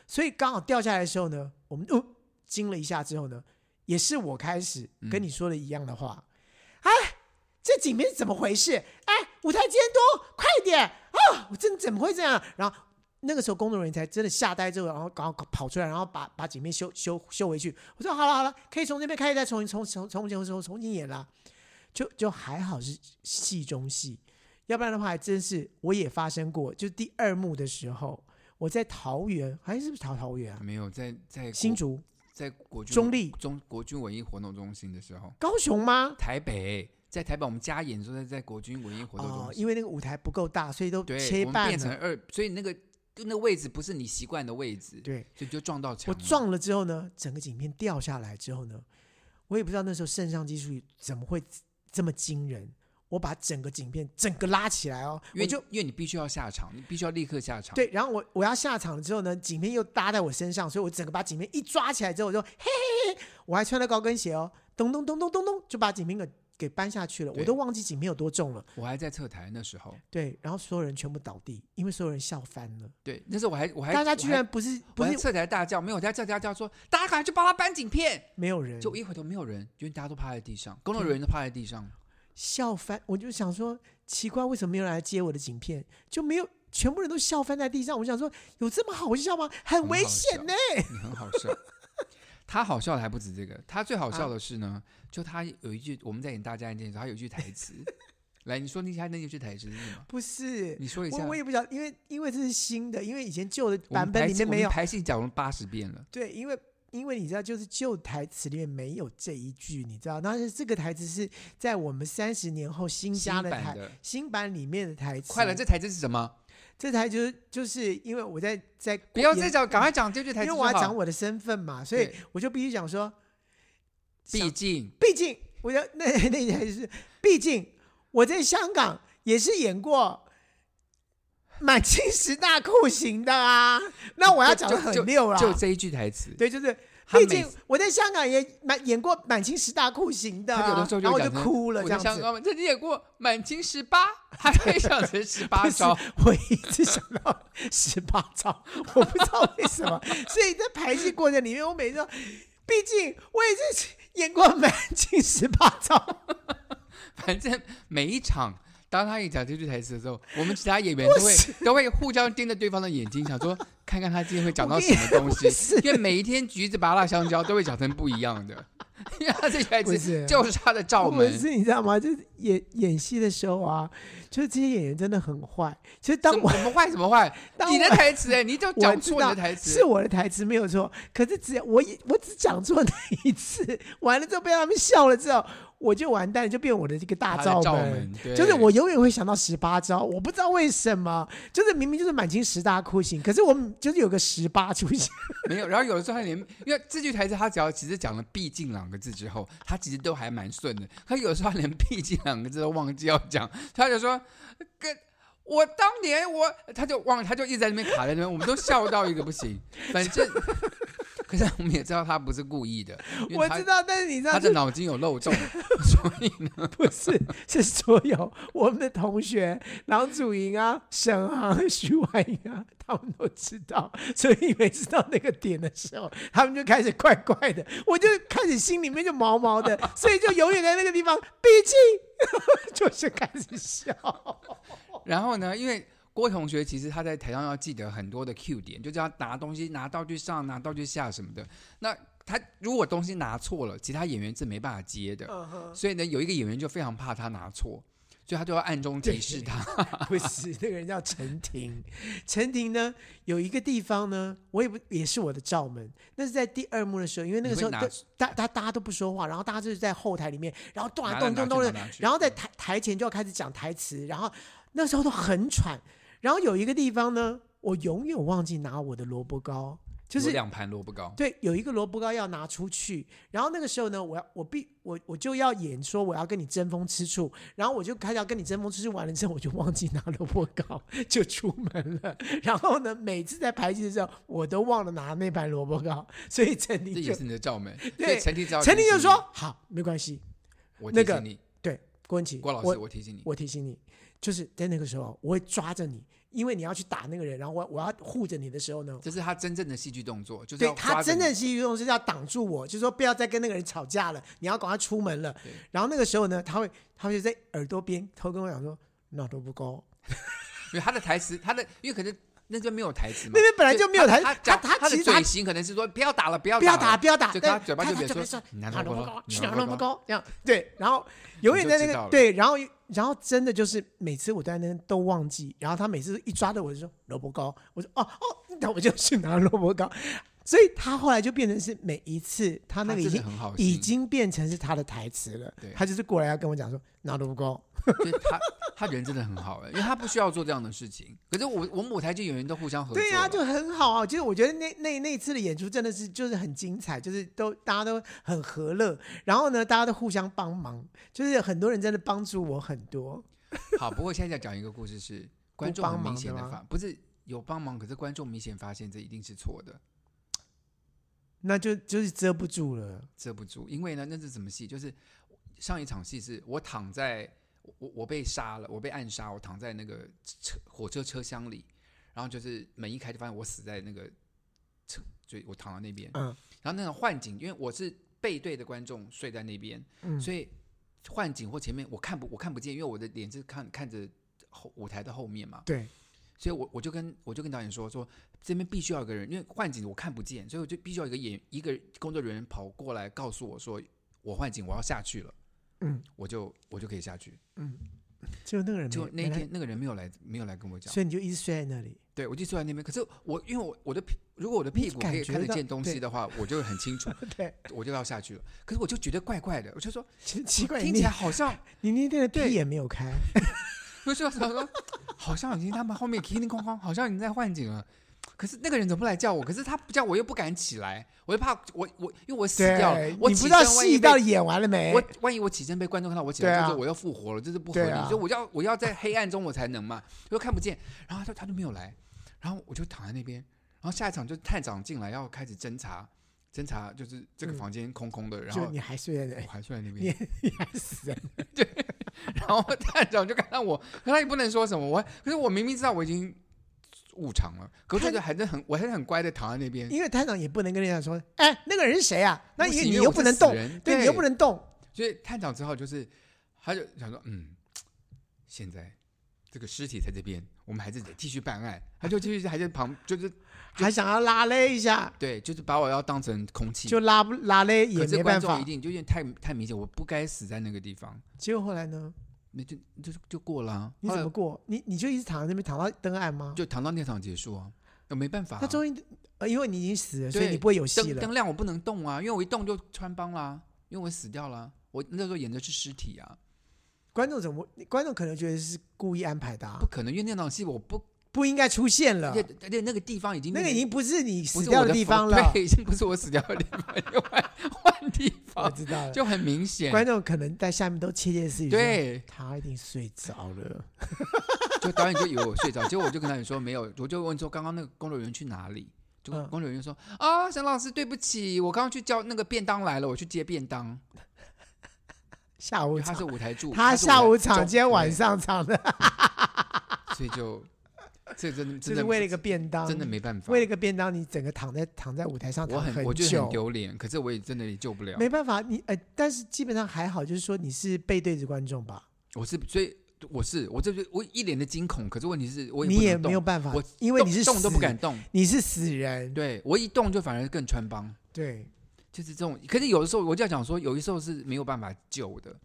Speaker 1: 所以刚好掉下来的时候呢，我们哦惊了一下之后呢，也是我开始跟你说的一样的话，哎，这景面是怎么回事？哎，舞台监督，快点啊！我真怎么会这样？然后那个时候工作人员才真的吓呆之后，然后赶快跑出来，然后把把景面修修修回去。我说好了好了，可以从这边开始再重重重重重重重新演啦。就就还好是戏中戏，要不然的话还真是我也发生过，就第二幕的时候，我在桃园，还是不是桃桃园啊？
Speaker 2: 没有在在国
Speaker 1: 新竹、
Speaker 2: 在国军
Speaker 1: 中立
Speaker 2: 中国军文艺活动中心的时候，
Speaker 1: 高雄吗？
Speaker 2: 台北在台北我们加演说在在国军文艺活动
Speaker 1: 哦
Speaker 2: 中，心，
Speaker 1: 因为那个舞台不够大，所以都
Speaker 2: 对，
Speaker 1: 切
Speaker 2: 我们
Speaker 1: 半
Speaker 2: 变成
Speaker 1: 了。
Speaker 2: 二，所以那个就那个位置不是你习惯的位置，
Speaker 1: 对，
Speaker 2: 所以就撞到
Speaker 1: 我
Speaker 2: 墙了。
Speaker 1: 撞了之后呢，整个景片掉下来之后呢，我也不知道那时候肾上激素怎么会这么惊人。我把整个景片整个拉起来哦，
Speaker 2: 因
Speaker 1: 我
Speaker 2: 为
Speaker 1: 就
Speaker 2: 因为你必须要下场，你必须要立刻下场。，
Speaker 1: 对，然后我我要下场了之后呢，景片又搭在我身上，所以我整个把景片一抓起来之后，我就嘿嘿嘿，我还穿了高跟鞋哦，咚咚咚咚咚咚就把景片给给搬下去了，
Speaker 2: 对
Speaker 1: 我都忘记景片有多重了。
Speaker 2: 我还在侧台那时候，
Speaker 1: 对，然后所有人全部倒地，因为所有人笑翻了，
Speaker 2: 对，那时候我还我还
Speaker 1: 大
Speaker 2: 我还
Speaker 1: 家居然不是
Speaker 2: 我
Speaker 1: 不
Speaker 2: 还
Speaker 1: 是
Speaker 2: 侧台大叫，没有我在侧台大叫说大家赶快去帮他搬景片，
Speaker 1: 没有人，
Speaker 2: 就我一回头没有人，因为大家都趴在地上，工作人员都趴在地上，
Speaker 1: 笑翻，我就想说奇怪，为什么没有人来接我的景片？就没有，全部人都笑翻在地上。我想说，有这么好笑吗？很危险呢、
Speaker 2: 你很好笑。 他好笑的还不止这个，他最好笑
Speaker 1: 啊
Speaker 2: 的是呢，就他有一句我们在演大家一件事，他有一句台词， 来你说那下那一句台词是什么？
Speaker 1: 不是，
Speaker 2: 你说一下
Speaker 1: 我。我也不晓得，因为因为这是新的，因为以前旧的
Speaker 2: 我们
Speaker 1: 版本
Speaker 2: 排
Speaker 1: 里
Speaker 2: 戏
Speaker 1: 面没
Speaker 2: 我
Speaker 1: 有
Speaker 2: 们。排戏讲了八十遍了，
Speaker 1: 对，因为因为你知道，就是旧台词里面没有这一句，你知道，但是这个台词是在我们三十年后新加的台
Speaker 2: 版的。
Speaker 1: 新版里面的台词。
Speaker 2: 快了，这台词是什么？
Speaker 1: 这台就是就是因为我在在
Speaker 2: 不要
Speaker 1: 演
Speaker 2: 再讲，赶快讲这句台词
Speaker 1: 因为
Speaker 2: 就
Speaker 1: 我要
Speaker 2: 好
Speaker 1: 讲我的身份嘛，所以
Speaker 2: 对
Speaker 1: 我就必须讲说，
Speaker 2: 毕竟
Speaker 1: 毕竟我就那那件事，毕竟我在香港也是演过满清十大酷刑的啊，那我要讲的很溜啦。啊
Speaker 2: 就这一句台词，
Speaker 1: 对，就是，
Speaker 2: 他
Speaker 1: 毕
Speaker 2: 每
Speaker 1: 竟我在香港也满演过满清十大酷刑的、
Speaker 2: 他有
Speaker 1: 啊
Speaker 2: 的时
Speaker 1: 然
Speaker 2: 候，就
Speaker 1: 后
Speaker 2: 会
Speaker 1: 我就
Speaker 2: 讲成
Speaker 1: 哭了这
Speaker 2: 我在
Speaker 1: 样
Speaker 2: 香
Speaker 1: 子。
Speaker 2: 港曾经演过《满清十八》， 还可以讲成十八
Speaker 1: 不是
Speaker 2: 招。，
Speaker 1: 我一直想到十八招，我不知道为什么。所以在排戏过程里面，我每次都，毕竟我也是演过满清十八招，
Speaker 2: 反正每一场，当他一讲这句台词的时候，我们其他演员都会都会互相盯着对方的眼睛，想 说看看他今天会讲到什么东西
Speaker 1: 不是。
Speaker 2: 因为每一天橘子、芭乐、香蕉都会讲成不一样的，因为他这句台
Speaker 1: 不
Speaker 2: 词
Speaker 1: 是
Speaker 2: 就是他的罩
Speaker 1: 不
Speaker 2: 门。
Speaker 1: 是你知道吗？就是演演戏的时候啊，就是这些演员真的很坏。其实当
Speaker 2: 怎么
Speaker 1: 我
Speaker 2: 我们坏什么坏？
Speaker 1: 当
Speaker 2: 你的
Speaker 1: 我
Speaker 2: 台词哎、你就
Speaker 1: 我
Speaker 2: 讲
Speaker 1: 知
Speaker 2: 错你
Speaker 1: 道
Speaker 2: 的台
Speaker 1: 是
Speaker 2: 词。
Speaker 1: 我的台词没有错，可是只要我一我只讲错那一次，完了之后被他们笑了之后，我就完蛋了，就变我的这个大
Speaker 2: 他的
Speaker 1: 罩
Speaker 2: 罩
Speaker 1: 门。
Speaker 2: 门对
Speaker 1: 就是我永远会想到十八招，我不知道为什么，就是明明就是满清十大酷刑，可是我就是有个十八出现，
Speaker 2: 没有，然后有的时候他连，因为这句台词他只要其实讲了“毕竟”两个字之后，他其实都还蛮顺的。他有时候他连“毕竟”两个字都忘记要讲，他就说：“跟我当年我……”他就忘了，他就一直在那边卡在那边，我们都笑到一个不行。反正，可是我们也知道他不是故意的，因为
Speaker 1: 我
Speaker 2: 他
Speaker 1: 知道，但是你知道
Speaker 2: 他
Speaker 1: 这
Speaker 2: 的脑筋有漏洞，所以呢，
Speaker 1: 不是是所有我们的同学，郎祖莹啊、沈航、徐婉莹啊，他们都知道，所以每次到那个点的时候，他们就开始怪怪的，我就开始心里面就毛毛的，所以就永远在那个地方，毕竟 就是开始笑。
Speaker 2: 然后呢，因为郭同学其实他在台上要记得很多的 Q 点，就是要拿东西、拿道具上、拿道具下什么的。那他如果东西拿错了，其他演员是没办法接
Speaker 1: 嗯
Speaker 2: 的。所以呢，有一个演员就非常怕他拿错，所以他就要暗中提示 他。
Speaker 1: 不是，那个人叫陈婷。陈婷呢，有一个地方呢，我也不也是我的罩门。那是在第二幕的时候，因为那个时候
Speaker 2: 你
Speaker 1: 都
Speaker 2: 会拿
Speaker 1: 大大大家都不说话，然后大家就是在后台里面，然后动啊
Speaker 2: 拿
Speaker 1: 动
Speaker 2: 来
Speaker 1: 动
Speaker 2: 拿
Speaker 1: 动
Speaker 2: 去
Speaker 1: 的
Speaker 2: 拿来拿，去
Speaker 1: 然后在台台前就要开始讲台词，然后那时候都很喘。然后有一个地方呢，我永远忘记拿我的萝卜糕，就
Speaker 2: 有
Speaker 1: 是
Speaker 2: 两盘萝卜糕，
Speaker 1: 对，有一个萝卜糕要拿出去，然后那个时候呢，我要我必我我就要演说我要跟你争风吃醋，然后我就开始要跟你争风吃醋，完了之后我就忘记拿萝卜糕 就出门了，然后呢，每次在排戏的时候我都忘了拿那盘萝卜糕，所以陈
Speaker 2: 这
Speaker 1: 婷
Speaker 2: 也
Speaker 1: 就是
Speaker 2: 你的罩门。
Speaker 1: 对
Speaker 2: 所以陈婷只要
Speaker 1: 陈
Speaker 2: 提
Speaker 1: 婷
Speaker 2: 醒
Speaker 1: 就
Speaker 2: 你
Speaker 1: 说：“好，没关系，：“
Speaker 2: 我
Speaker 1: 那
Speaker 2: 提
Speaker 1: 个
Speaker 2: 醒你，
Speaker 1: 对，郭文琪，
Speaker 2: 郭老
Speaker 1: 我
Speaker 2: 师，我提醒你。
Speaker 1: 我提醒你，就是在那个时候我会抓着你，因为你要去打那个人，然后我我要护着你的时候呢，”
Speaker 2: 这是他真正的戏剧动作，就是
Speaker 1: 对
Speaker 2: 要抓
Speaker 1: 他
Speaker 2: 着
Speaker 1: 真
Speaker 2: 你
Speaker 1: 正是一种是要挡住我，就是说不要再跟那个人吵架了，你要赶快出门了
Speaker 2: 对。
Speaker 1: 然后那个时候呢，他会他会在耳朵边偷跟我讲说，那都不高，
Speaker 2: 因为他的台词，他的因为可能那边没有台词嘛，
Speaker 1: 那边本来就没有台词
Speaker 2: 他
Speaker 1: 他
Speaker 2: 他
Speaker 1: 他
Speaker 2: 他的
Speaker 1: 其实他
Speaker 2: 嘴型可能是说不要打了，不要
Speaker 1: 不要
Speaker 2: 打
Speaker 1: 打
Speaker 2: 了，
Speaker 1: 不要打，
Speaker 2: 就
Speaker 1: 但
Speaker 2: 他嘴巴就
Speaker 1: 他
Speaker 2: 比如
Speaker 1: 就
Speaker 2: 说
Speaker 1: 会说
Speaker 2: 你拿
Speaker 1: 那
Speaker 2: 萝
Speaker 1: 萝
Speaker 2: 卜
Speaker 1: 卜
Speaker 2: 糕
Speaker 1: 糕，
Speaker 2: 你
Speaker 1: 去
Speaker 2: 拿
Speaker 1: 拿萝
Speaker 2: 萝卜
Speaker 1: 卜糕这样对，然后永远
Speaker 2: 就
Speaker 1: 在
Speaker 2: 知
Speaker 1: 那
Speaker 2: 道了
Speaker 1: 个对，然后然后真的就是每次我在那边都忘记，然后他每次一抓着我就说萝卜糕，我说哦哦，那我就去拿萝卜糕。所以他后来就变成是每一次他那
Speaker 2: 他
Speaker 1: 个已
Speaker 2: 真的
Speaker 1: 经
Speaker 2: 很好心，
Speaker 1: 已经变成是他的台词了
Speaker 2: 哦对。
Speaker 1: 他就是过来要跟我讲说拿萝卜糕，
Speaker 2: 就是他他人真的很好哎、因为他不需要做这样的事情。可是我我们舞台剧演员都互相合作了，
Speaker 1: 对呀、就很好啊。就是我觉得那那那一次的演出真的是就是很精彩，就是都大家都很和乐，然后呢大家都互相帮忙，就是很多人真的帮助我很多。
Speaker 2: 好。不过现在讲一个故事是观众
Speaker 1: 帮
Speaker 2: 很明
Speaker 1: 忙
Speaker 2: 显
Speaker 1: 的
Speaker 2: 的
Speaker 1: 吗
Speaker 2: 发，不是有帮忙，可是观众明显发现这一定是错的，
Speaker 1: 那就就是遮不住了，
Speaker 2: 遮不住。因为呢，那是什么戏？就是上一场戏是我躺在我我我被杀了，我被暗杀，我躺在那个车火车车厢里，然后就是门一开就发现我死在那个车，就我躺在那边。
Speaker 1: 嗯
Speaker 2: 然后那种幻景，因为我是背对的观众睡在那边，
Speaker 1: 嗯
Speaker 2: 所以幻景或前面我看不我看不见，因为我的脸是看看着后舞台的后面嘛，
Speaker 1: 对，
Speaker 2: 所以我我就跟我就跟导演说说这边必须要有一个人，因为幻景我看不见，所以我就必须要有一个演一个工作人员跑过来告诉我说我幻景我要下去了，
Speaker 1: 嗯，
Speaker 2: 我就我就可以下去。
Speaker 1: 就那个人没
Speaker 2: 就那一
Speaker 1: 没来
Speaker 2: 天那个人没有来没有来跟我讲，
Speaker 1: 所以你就一直睡在那里，
Speaker 2: 对我就坐在那边，可是我因为我我的屁如果我的屁股可
Speaker 1: 感
Speaker 2: 以
Speaker 1: 觉
Speaker 2: 看得
Speaker 1: 到
Speaker 2: 见东西的话，我就很清楚，
Speaker 1: 对，
Speaker 2: 我就要下去了。可是我就觉得怪怪的，我就说
Speaker 1: 其实奇怪，
Speaker 2: 听
Speaker 1: 你
Speaker 2: 起来好像，
Speaker 1: 你那天的
Speaker 2: 对
Speaker 1: 屁也没有开，
Speaker 2: 不是我想说，好像已经他们后面叮叮哐哐，好像已经在幻景了。可是那个人怎么不来叫我？可是他不叫我又不敢起来，我又怕我我因为我死掉了
Speaker 1: 对，，
Speaker 2: 我
Speaker 1: 你不
Speaker 2: 起
Speaker 1: 知道
Speaker 2: 身万一
Speaker 1: 戏
Speaker 2: 被
Speaker 1: 到底演完了没？
Speaker 2: 我万一我起身被观众看到我起来
Speaker 1: 对
Speaker 2: 之
Speaker 1: 啊
Speaker 2: 后，我又复活了，这是不合
Speaker 1: 对
Speaker 2: 理。
Speaker 1: 啊
Speaker 2: 所以我要我要在黑暗中我才能嘛，又看不见。然后他他就没有来，然后我就躺在那边。然后下一场就探长进来要开始侦查，侦查就是这个
Speaker 1: 嗯
Speaker 2: 房间空空的，然
Speaker 1: 就
Speaker 2: 后
Speaker 1: 你还睡在那里
Speaker 2: 我，还睡在那
Speaker 1: 你
Speaker 2: 边。
Speaker 1: 你还死在
Speaker 2: 然后探长就看到我，可他也不能说什么。我可是我明明知道我已经误场了，可是我就还是很我还是很乖的躺在那边。
Speaker 1: 因为探长也不能跟人家说，哎，那个人是谁啊？那
Speaker 2: 不
Speaker 1: 你
Speaker 2: 行
Speaker 1: 你
Speaker 2: 因为
Speaker 1: 又
Speaker 2: 我
Speaker 1: 不
Speaker 2: 是
Speaker 1: 能
Speaker 2: 死
Speaker 1: 动，
Speaker 2: 人
Speaker 1: 对你又不能动，
Speaker 2: 所以探长只好就是，他就想说，嗯，现在这个尸体在这边，我们还是得继续办案。他就继续还在旁，就是
Speaker 1: 还想要拉勒一下，
Speaker 2: 对，就是把我要当成空气。
Speaker 1: 就拉不拉勒也
Speaker 2: 可是
Speaker 1: 没
Speaker 2: 观
Speaker 1: 办
Speaker 2: 众
Speaker 1: 法
Speaker 2: 一。定就有点太太明显，我不该死在那个地方，
Speaker 1: 结果后来呢？
Speaker 2: 那就就就过了、啊。
Speaker 1: 你
Speaker 2: 后
Speaker 1: 怎
Speaker 2: 来
Speaker 1: 么过？你你就一直躺在那边躺到登岸吗？
Speaker 2: 就躺到那场结束啊？那没办法、啊，
Speaker 1: 他终于，呃因为你已经死了，所以
Speaker 2: 对
Speaker 1: 你不会有戏
Speaker 2: 灯
Speaker 1: 了。
Speaker 2: 灯亮我不能动啊，因为我一动就穿帮啦、因为我死掉啦、我那时候演的是尸体啊，
Speaker 1: 观众怎么？观众可能觉得是故意安排的、啊
Speaker 2: 不，可能，因为那场戏我不，
Speaker 1: 不应该出现了
Speaker 2: 而。且而且那个地方已经
Speaker 1: 啊那
Speaker 2: 变
Speaker 1: 个
Speaker 2: 成
Speaker 1: 已经不是你
Speaker 2: 不
Speaker 1: 死
Speaker 2: 是
Speaker 1: 掉
Speaker 2: 我的
Speaker 1: 地方
Speaker 2: 房
Speaker 1: 了，
Speaker 2: 对，已经不是我死掉的地方，就换换地
Speaker 1: 我
Speaker 2: 方，
Speaker 1: 知道了。
Speaker 2: 就很明显。
Speaker 1: 观众可能在下面都窃窃私语，，
Speaker 2: 对，
Speaker 1: 他一定睡着了。
Speaker 2: 就导演就以为我睡着，结果我就跟导演说没有，我就问说刚刚那个工作人员去哪里？就
Speaker 1: 嗯
Speaker 2: 工作人员说、啊，沈老师对不起，我刚刚去叫那个便当来了，我去接便当。
Speaker 1: 下午
Speaker 2: 因为他
Speaker 1: 场
Speaker 2: 是，舞台助，
Speaker 1: 他
Speaker 2: 是舞台
Speaker 1: 下午场，
Speaker 2: 中
Speaker 1: 今天晚，上场的，
Speaker 2: 对所以就这真的
Speaker 1: 就是
Speaker 2: 真的
Speaker 1: 为了一个便当，
Speaker 2: 真的没办法，
Speaker 1: 为了一个便当，你整个躺在躺在舞台上
Speaker 2: 我
Speaker 1: 躺
Speaker 2: 很我觉得
Speaker 1: 久
Speaker 2: 很，丢脸，可是我也真的也救不了。
Speaker 1: 没办法，你呃，但是基本上还好，就是说你是背对着观众吧，
Speaker 2: 我是所以我是我这就我一脸的惊恐，可是问题是我也
Speaker 1: 你
Speaker 2: 不能
Speaker 1: 也
Speaker 2: 动
Speaker 1: 没有办法
Speaker 2: 我，
Speaker 1: 因为你是
Speaker 2: 动动都不
Speaker 1: 死
Speaker 2: 敢，动，
Speaker 1: 你是死人，
Speaker 2: 对我一动就反而更穿帮，
Speaker 1: 对，
Speaker 2: 就是这种。可是有的时候我就要讲说，有的时候是没有办法救的，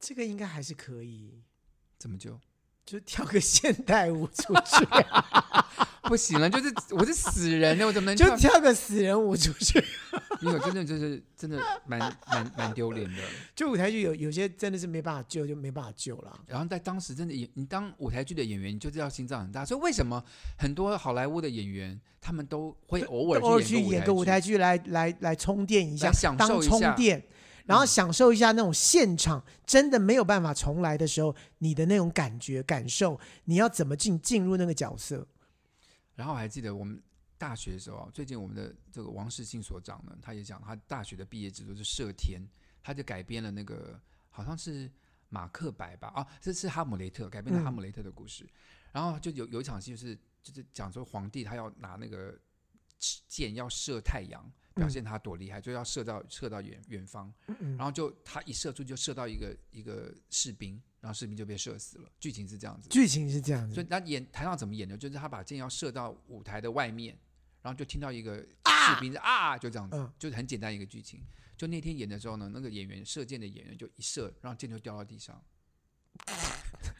Speaker 1: 这个应该还是可以，
Speaker 2: 怎么救？
Speaker 1: 就跳个现代舞出去，
Speaker 2: 不行了，就是我是死人呢，我怎么能
Speaker 1: 就
Speaker 2: 跳
Speaker 1: 跳个死人舞出去。
Speaker 2: 因为我真的就是真的蛮蛮蛮丢脸的。
Speaker 1: 就舞台剧有有些真的是没办法救，就没办法救了。
Speaker 2: 然后在当时真的演，你当舞台剧的演员，你就是要心脏很大。所以为什么很多好莱坞的演员，他们都会
Speaker 1: 偶
Speaker 2: 偶
Speaker 1: 尔
Speaker 2: 尔
Speaker 1: 去演
Speaker 2: 演
Speaker 1: 个
Speaker 2: 个
Speaker 1: 舞台剧来来来充电一下，
Speaker 2: 来享
Speaker 1: 当
Speaker 2: 受一
Speaker 1: 充
Speaker 2: 下嗯
Speaker 1: 电，然后享受一下那种现场真的没有办法重来的时候，你的那种感觉感受，你要怎么进进入那个角色？
Speaker 2: 然后我还记得我们大学的时候啊，最近我们的这个王世庆所长呢，他也讲他大学的毕业制度是社天，他就改编了那个好像是马克白吧，啊，这是哈姆雷特改编了
Speaker 1: 嗯
Speaker 2: 哈姆雷特的故事。然后就有有一场戏就是就是讲说皇帝他要拿那个箭要射太阳，表
Speaker 1: 嗯
Speaker 2: 现他多厉害，就要射到射到远远方。
Speaker 1: 嗯嗯
Speaker 2: 然后就他一射出就射到一个一个士兵，然后士兵就被射死了。剧情是这样子的。
Speaker 1: 剧情是这样
Speaker 2: 所
Speaker 1: 子
Speaker 2: 以，他演台上怎么演的，就是他把箭要射到舞台的外面，然后就听到一个士兵啊就这样子，
Speaker 1: 嗯
Speaker 2: 就是很简单一个剧情。就那天演的时候呢，那个演员射箭的演员就一射，然后箭就掉到地上，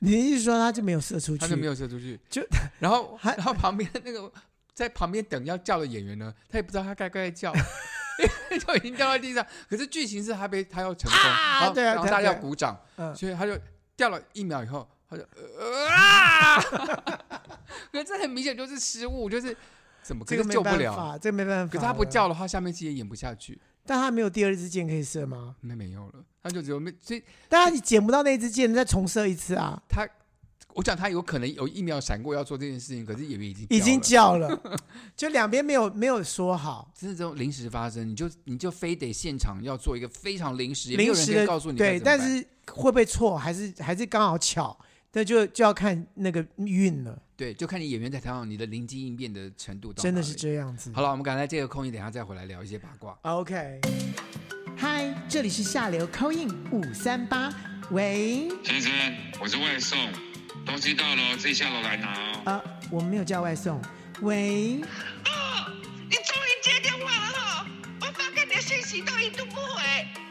Speaker 1: 你的意思说他就没有射出去
Speaker 2: 他就没？有射出去。
Speaker 1: 就
Speaker 2: 然后
Speaker 1: 还
Speaker 2: 然后旁边那个在旁边等要叫的演员呢，他也不知道他该不该叫。 因为就已经掉到地上，可是剧情是他被他要成功，
Speaker 1: 啊
Speaker 2: 然后
Speaker 1: 对啊
Speaker 2: 然后大
Speaker 1: 对啊
Speaker 2: 家要鼓掌，
Speaker 1: 嗯，
Speaker 2: 所以他就掉了一秒以后， 他就呃啊， 可是这很明显就是失误，就是怎么可
Speaker 1: 这个
Speaker 2: 能
Speaker 1: 没
Speaker 2: 救不
Speaker 1: 办
Speaker 2: 了。
Speaker 1: 法，这个没办法。
Speaker 2: 可是他不，叫的话，下面戏也演不下去，
Speaker 1: 但他没有第二支箭可以射吗？
Speaker 2: 那没有了，他就只有没。所以
Speaker 1: 但他捡不到那支箭，再重射一次啊，
Speaker 2: 他，我想他有可能有一秒闪过要做这件事情，可是演员已经
Speaker 1: 已经
Speaker 2: 叫了。
Speaker 1: 叫了， 就两边没有没有说好。
Speaker 2: 真的这种临时发生，你就你就非得现场要做一个非常临时，也没有
Speaker 1: 临
Speaker 2: 人
Speaker 1: 时
Speaker 2: 可以
Speaker 1: 的
Speaker 2: 告诉你该
Speaker 1: 对，
Speaker 2: 怎么办
Speaker 1: 但是会不会错，还是还是刚好巧，那就就要看那个运了，
Speaker 2: 对，就看你演员在台上你的灵机应变的程度到
Speaker 1: 真的
Speaker 2: 哪
Speaker 1: 是
Speaker 2: 里
Speaker 1: 这样子。
Speaker 2: 好了，我们赶快这个空隙，等一下再回来聊一些八卦。
Speaker 1: OK，嗨，这里是下流 c i n 五三八，喂，
Speaker 3: 先生，我是外送，东西到了哦自己下楼来拿哦。
Speaker 1: 呃，我们没有叫外送，喂，
Speaker 4: 哦，你终于接电话了哈！我发给你的信息都一度不回，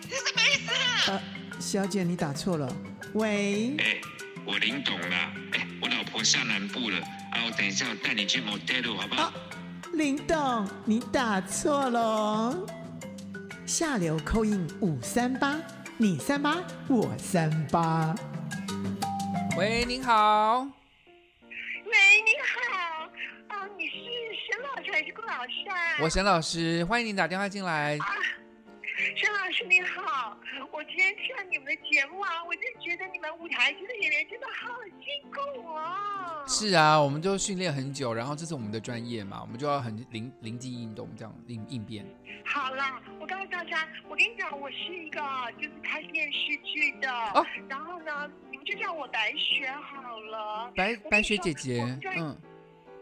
Speaker 4: 你什么意思啊？
Speaker 1: 呃，小姐你打错了，喂，
Speaker 3: 哎、我领懂了，哎、我老婆下南部了，啊，我等一下我带你去 motel 好不好？
Speaker 1: 林董你打错了哦，下流 c i 五三八，你三八我三八，
Speaker 2: 喂，您好。
Speaker 4: 喂，你好，哦，你是是顾老师啊。
Speaker 2: 我沈老师，欢迎您打电话进来。
Speaker 4: 沈老师你好，我今天听了你们的节目啊，我就觉得你们舞台剧的演员真的好辛苦哦。
Speaker 2: 是啊，我们就训练很久，然后这是我们的专业嘛，我们就要很灵灵机应动，这样应应变。
Speaker 4: 好了，我告诉大家，我跟你讲，我是一个就是拍电视剧的，
Speaker 2: 哦
Speaker 4: 然后呢，你们就叫我白雪好了。
Speaker 2: 白白雪姐
Speaker 4: 我
Speaker 2: 姐
Speaker 4: 们，专
Speaker 2: 嗯，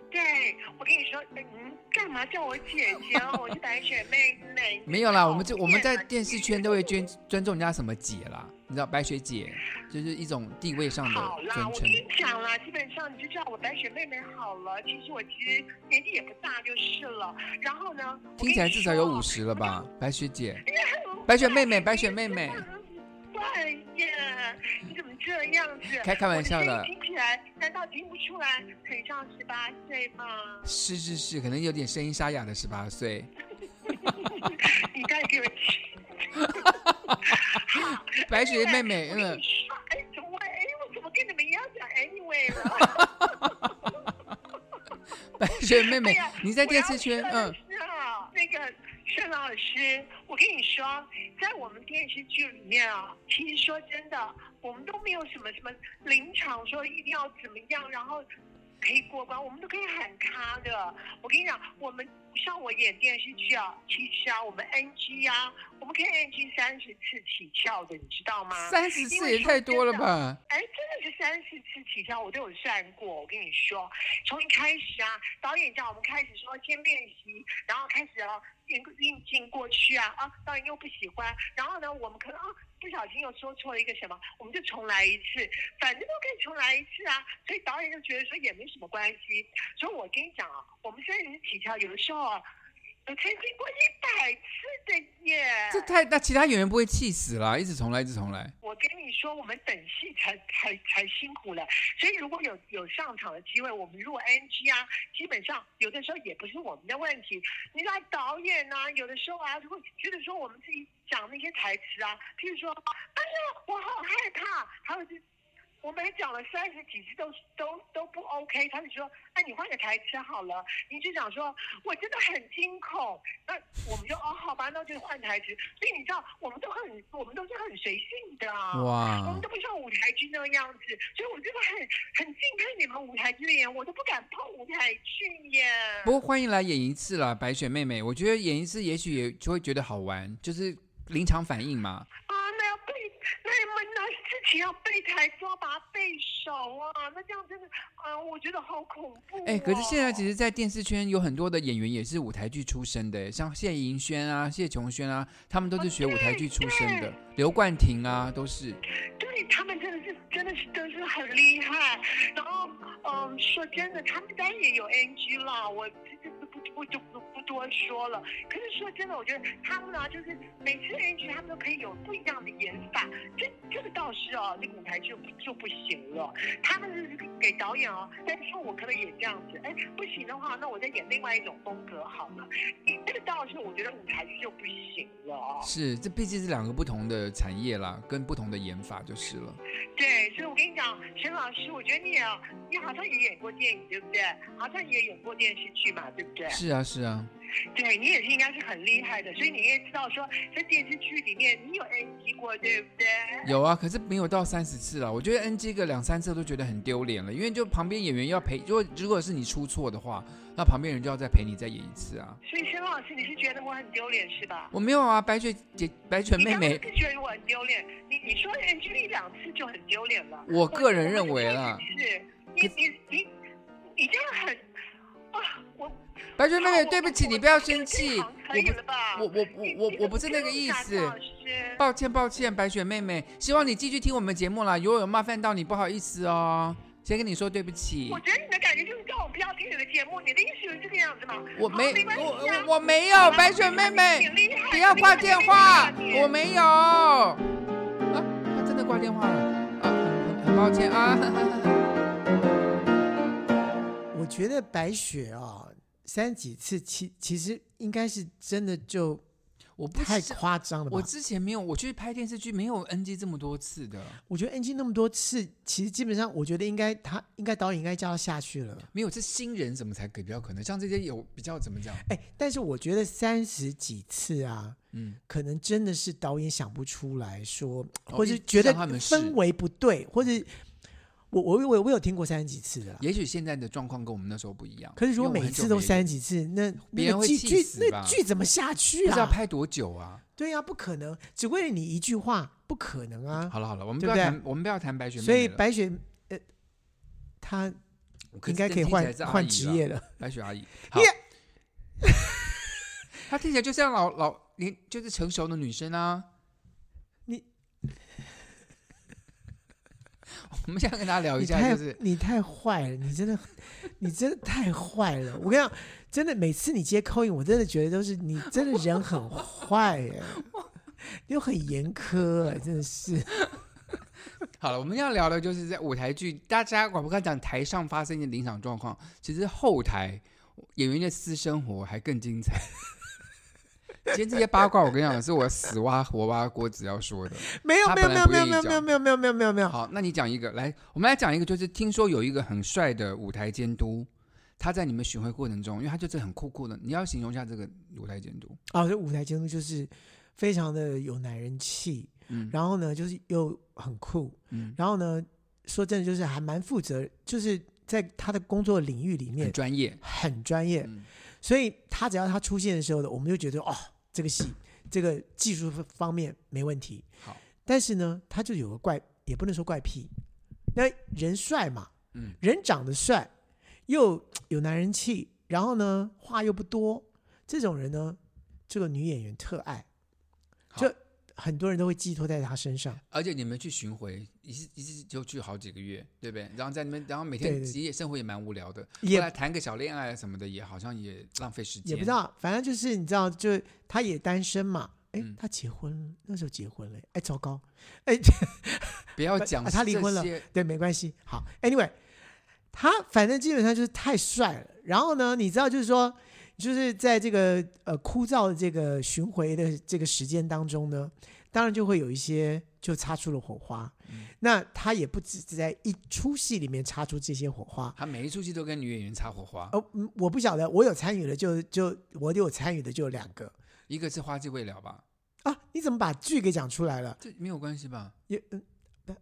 Speaker 4: 对，我跟你说，嗯，你干嘛叫我姐姐哦？我是白雪妹妹。 啊
Speaker 2: 没有啦，我们
Speaker 4: 这
Speaker 2: 这我们在电视圈都会尊尊重人家什么姐啦，你知道白雪姐就是一种地位上的
Speaker 4: 好啦，
Speaker 2: 尊
Speaker 4: 我
Speaker 2: 称
Speaker 4: 跟。你讲啦，基本上你就叫我白雪妹妹好了。其实我其实年纪也不大就是了。然后呢，我跟
Speaker 2: 听起来
Speaker 4: 你
Speaker 2: 至少有
Speaker 4: 说
Speaker 2: 五十了吧？白雪姐，
Speaker 4: 我
Speaker 2: 白雪妹妹，白雪妹妹，
Speaker 4: 哎呀，你怎么这样子？
Speaker 2: 开开玩笑
Speaker 4: 我的
Speaker 2: 的
Speaker 4: 声音。听起来难道听不出来很像十八岁吗？
Speaker 2: 是是是，可能有点声音沙哑的十八岁。
Speaker 4: 你再 给我听。
Speaker 2: 白雪妹妹，
Speaker 4: 我跟
Speaker 2: 嗯
Speaker 4: 你，说，哎，怎么会？哎，我怎么跟你们一样讲 anyway 了？
Speaker 2: 白雪妹
Speaker 4: 哎
Speaker 2: 妹
Speaker 4: 呀，
Speaker 2: 你在电视圈，
Speaker 4: 我要说
Speaker 2: 嗯
Speaker 4: 的，是啊，那个盛老师，我跟你说，在我们电视剧里面啊，其实说真的，我们都没有什么什么临场说一定要怎么样，然后可以过关，我们都可以喊卡的。我跟你讲，我们像我演电视剧啊，其实啊，我们 NG 啊，我们可以 NG 三十次起跳的，你知道吗？
Speaker 2: 三十次也太多了吧？
Speaker 4: 哎，真的是三四次起跳，我都有算过。我跟你说，从一开始啊，导演叫我们开始说先练习，然后开始啊运运镜过去啊啊，导演又不喜欢，然后呢，我们可能啊不小心又说错了一个什么，我们就重来一次，反正都可以重来一次啊。所以导演就觉得说也没什么关系。所以我跟你讲啊，我们三十起跳有的时候啊，有曾经过一百次的耶。
Speaker 2: 这太那其他演员不会气死啦，一直重来，一直重来。
Speaker 4: 我跟你说，我们等戏才才才辛苦了，所以如果有有上场的机会，我们如果 NG 啊，基本上有的时候也不是我们的问题。你知道导演啊，有的时候啊，如果觉得说我们自己讲那些台词啊，譬如说，哎呀，我好害怕，还有就是。我们讲了三十几次都都都不 OK，他就说，那、你换个台词好了。你就想说，我真的很惊恐，那我们就哦好吧，那就换台词。所以你知道，我们都很我们都是很随性的，啊我
Speaker 2: 哇
Speaker 4: 们，都不像舞台剧那样子。所以我真的很很敬佩你们舞台剧演员，我都不敢碰舞台剧耶。
Speaker 2: 不过欢迎来演一次啦，白雪妹妹。我觉得演一次也许也就会觉得好玩，就是临场反应嘛。
Speaker 4: 啊，那要背，那你们那事情要背台词，要把它背熟啊，那这样真的，啊，我觉得好恐怖、哦。
Speaker 2: 哎，可是现在其实，在电视圈有很多的演员也是舞台剧出身的，像谢盈萱啊、谢琼萱啊，他们都是学舞台剧出身的
Speaker 4: 对，
Speaker 2: 刘冠廷啊都是。
Speaker 4: 对他们真的是真的是真是很厉害。然后，嗯，说真的，他们当然也有 NG 啦，我这这不不不不不多说了。可是说真的，我觉得他们啊，就是每次 NG 他们都可以有不一样的演法，这这个倒是哦，那个舞台剧不就不行了。他们是给导演哦，但是我可不可以也这样子？哎，不行的话，那我再演另外一种风格好了。这个倒是我觉得舞台剧就不行了哦。
Speaker 2: 是，这毕竟是两个不同的产业啦，跟不同的演法就是了。
Speaker 4: 对，所以我跟你讲，沈老师，我觉得你也，你好像也演过电影，对不对？好像也演过电视剧嘛，对不对？
Speaker 2: 是啊，是啊，
Speaker 4: 对你也是应该是很厉害的，所以你也知道说，在电视剧里面你有 NG 过，对不对？
Speaker 2: 有啊，可是没有到三十次啦。我觉得 NG 个两三次都觉得很丢脸了，因为就旁边演员要陪，如果如果是你出错的话，那旁边人就要再陪你再演一次啊。
Speaker 4: 所以沈老师，你是觉得我很丢脸是吧？
Speaker 2: 我没有啊，白雪姐、白雪呃妹
Speaker 4: 你
Speaker 2: 妹
Speaker 4: 当，然是觉得我很丢脸，你你说 NG 一两次就很丢脸了。
Speaker 2: 我个人认为啦，
Speaker 4: 是，你你你你这样很啊，我
Speaker 2: 白雪妹
Speaker 4: 啊
Speaker 2: 妹，
Speaker 4: 我
Speaker 2: 对不起，你不要生气，
Speaker 4: 我
Speaker 2: 我
Speaker 4: 可以
Speaker 2: 不
Speaker 4: 了吧？
Speaker 2: 我我我我我不是那个意思抱歉抱歉，白雪妹妹，希望你继续听我们节目啦。如果有冒犯到你，不好意思哦，先跟你说对不起
Speaker 4: 我。觉得你的感觉就是叫我不要听你的节目，你的意思是这个样子吗？
Speaker 2: 我没
Speaker 4: 好没关系啊
Speaker 2: 我我我没有，白雪妹妹，不要挂电话，我没有。啊，他真的挂电话了，啊，很很很抱歉啊。
Speaker 1: 我觉得白雪啊、三几次其其实应该是真的就
Speaker 5: 我不
Speaker 1: 太
Speaker 5: 是
Speaker 1: 夸张了吧？
Speaker 5: 我
Speaker 1: 我
Speaker 5: 之前没有，我去拍电视剧没有 NG 这么多次的，
Speaker 1: 我觉得 NG 那么多次，其实基本上我觉得应该他应该导演应该叫他下去了。
Speaker 5: 没
Speaker 2: 没有是新人怎么才比较可能？像这些有比较怎么讲？
Speaker 1: 哎，但是我觉得三十几次啊，
Speaker 2: 嗯，
Speaker 1: 可能真的是导演想不出来说，
Speaker 2: 哦
Speaker 1: 或
Speaker 2: 一
Speaker 1: 是
Speaker 2: 直
Speaker 1: 觉得
Speaker 2: 让他们试
Speaker 1: 氛围不对，或者我我我我有听过三十几次的啦。
Speaker 2: 也许现在的状况跟我们那时候不一样。
Speaker 1: 可是如果
Speaker 2: 因为我
Speaker 1: 每
Speaker 2: 很久
Speaker 1: 次都
Speaker 2: 没
Speaker 1: 三十几次，那
Speaker 2: 别
Speaker 1: 那
Speaker 2: 人
Speaker 1: 个
Speaker 2: 会
Speaker 1: 剧
Speaker 2: 气
Speaker 1: 剧
Speaker 2: 死
Speaker 1: 那
Speaker 2: 吧
Speaker 1: 剧怎么下去
Speaker 2: 不知道
Speaker 1: 啊？
Speaker 2: 拍多久啊？
Speaker 1: 对呀、不可能，只为了你一句话，不可能啊！
Speaker 2: 好了好了，我们不
Speaker 1: 对
Speaker 2: 要
Speaker 1: 不对
Speaker 2: 谈，我们不要谈白雪妹妹
Speaker 1: 所以
Speaker 2: 了
Speaker 1: 白雪，呃，她
Speaker 2: 可
Speaker 1: 应
Speaker 2: 是
Speaker 1: 该
Speaker 2: 这
Speaker 1: 可以
Speaker 2: 听起
Speaker 1: 换
Speaker 2: 来是阿
Speaker 1: 换
Speaker 2: 姨啊
Speaker 1: 职
Speaker 2: 了
Speaker 1: 业了。
Speaker 2: 白雪 阿姨，好， 她听起来就像老老年就是成熟的女生啊。
Speaker 1: 你，
Speaker 2: 我们现在跟大家聊一
Speaker 1: 你
Speaker 2: 下，
Speaker 1: 太
Speaker 2: 就是
Speaker 1: 你太坏了，你真的， 你真的太坏了！我跟你讲，真的，每次你接口音，我真的觉得都是你真的人很坏哎、你又很严苛、哎真的是。
Speaker 2: 好了，我们要聊的就是在舞台剧，大家我们刚讲台上发生的临场状况，其实后台演员的私生活还更 精彩。今天这些八卦，我跟你讲，是我死挖活挖郭子要说 的。
Speaker 1: 没有
Speaker 2: 他
Speaker 1: 没有
Speaker 2: 本
Speaker 1: 没
Speaker 2: 来
Speaker 1: 有
Speaker 2: 不
Speaker 1: 没有
Speaker 2: 愿意
Speaker 1: 没有没有没有没有没有没有没有，
Speaker 2: 好，那你讲一个来，我们来讲一个，就是听说有一个很帅的舞台监督，他在你们巡回过程中，因为他就是很酷酷的，你要形容一下这个舞台监督。
Speaker 1: 啊，这舞台监督就是非常的有男人气，
Speaker 2: 嗯
Speaker 1: 然后呢，就是又很酷，
Speaker 2: 嗯，
Speaker 1: 然后呢，说真的就是还蛮负责，就是在他的工作领域里面
Speaker 2: 很专业。
Speaker 1: 很专业，
Speaker 2: 嗯
Speaker 1: 所以他只要他出现的时候呢，我们就觉得哦，这个戏这个技术方面没问题。
Speaker 2: 好，
Speaker 1: 但是呢，他就有个怪，也不能说怪癖，那人帅嘛，
Speaker 2: 嗯，
Speaker 1: 人长得帅，又有男人气，然后呢话又不多，这种人呢，这个女演员特爱，
Speaker 2: 好
Speaker 1: 就很多人都会寄托在他身上。
Speaker 2: 而且你们去巡回，一次一次就去好几个月，对不对？然后在那边，然后每
Speaker 1: 对
Speaker 2: 天
Speaker 1: 对
Speaker 2: 其实也生活也蛮无聊的，
Speaker 1: 也
Speaker 2: 后来谈个小恋爱什么的，也好像也浪费时间。
Speaker 1: 也不知道，反正就是你知道，就他也单身嘛。哎
Speaker 2: 嗯，
Speaker 1: 他结婚那时候结婚了，哎，糟糕，哎，
Speaker 2: 不要讲、
Speaker 1: 啊他离婚了，对，没关系。好，anyway，他反正基本上就是太帅了。然后呢，你知道，就是说，就是在这个呃枯燥的这个巡回的这个时间当中呢，当然就会有一些就擦出了火花。那他也不止在一出戏里面擦出这些火花。
Speaker 2: 他每一出戏都跟女演员擦火花，
Speaker 1: 哦，嗯我不晓得，我有参与的就就我有参与的就有两个
Speaker 2: 一个是花季未了吧，
Speaker 1: 啊！你怎么把剧给讲出来了？
Speaker 2: 这没有关系吧？
Speaker 1: 也嗯，但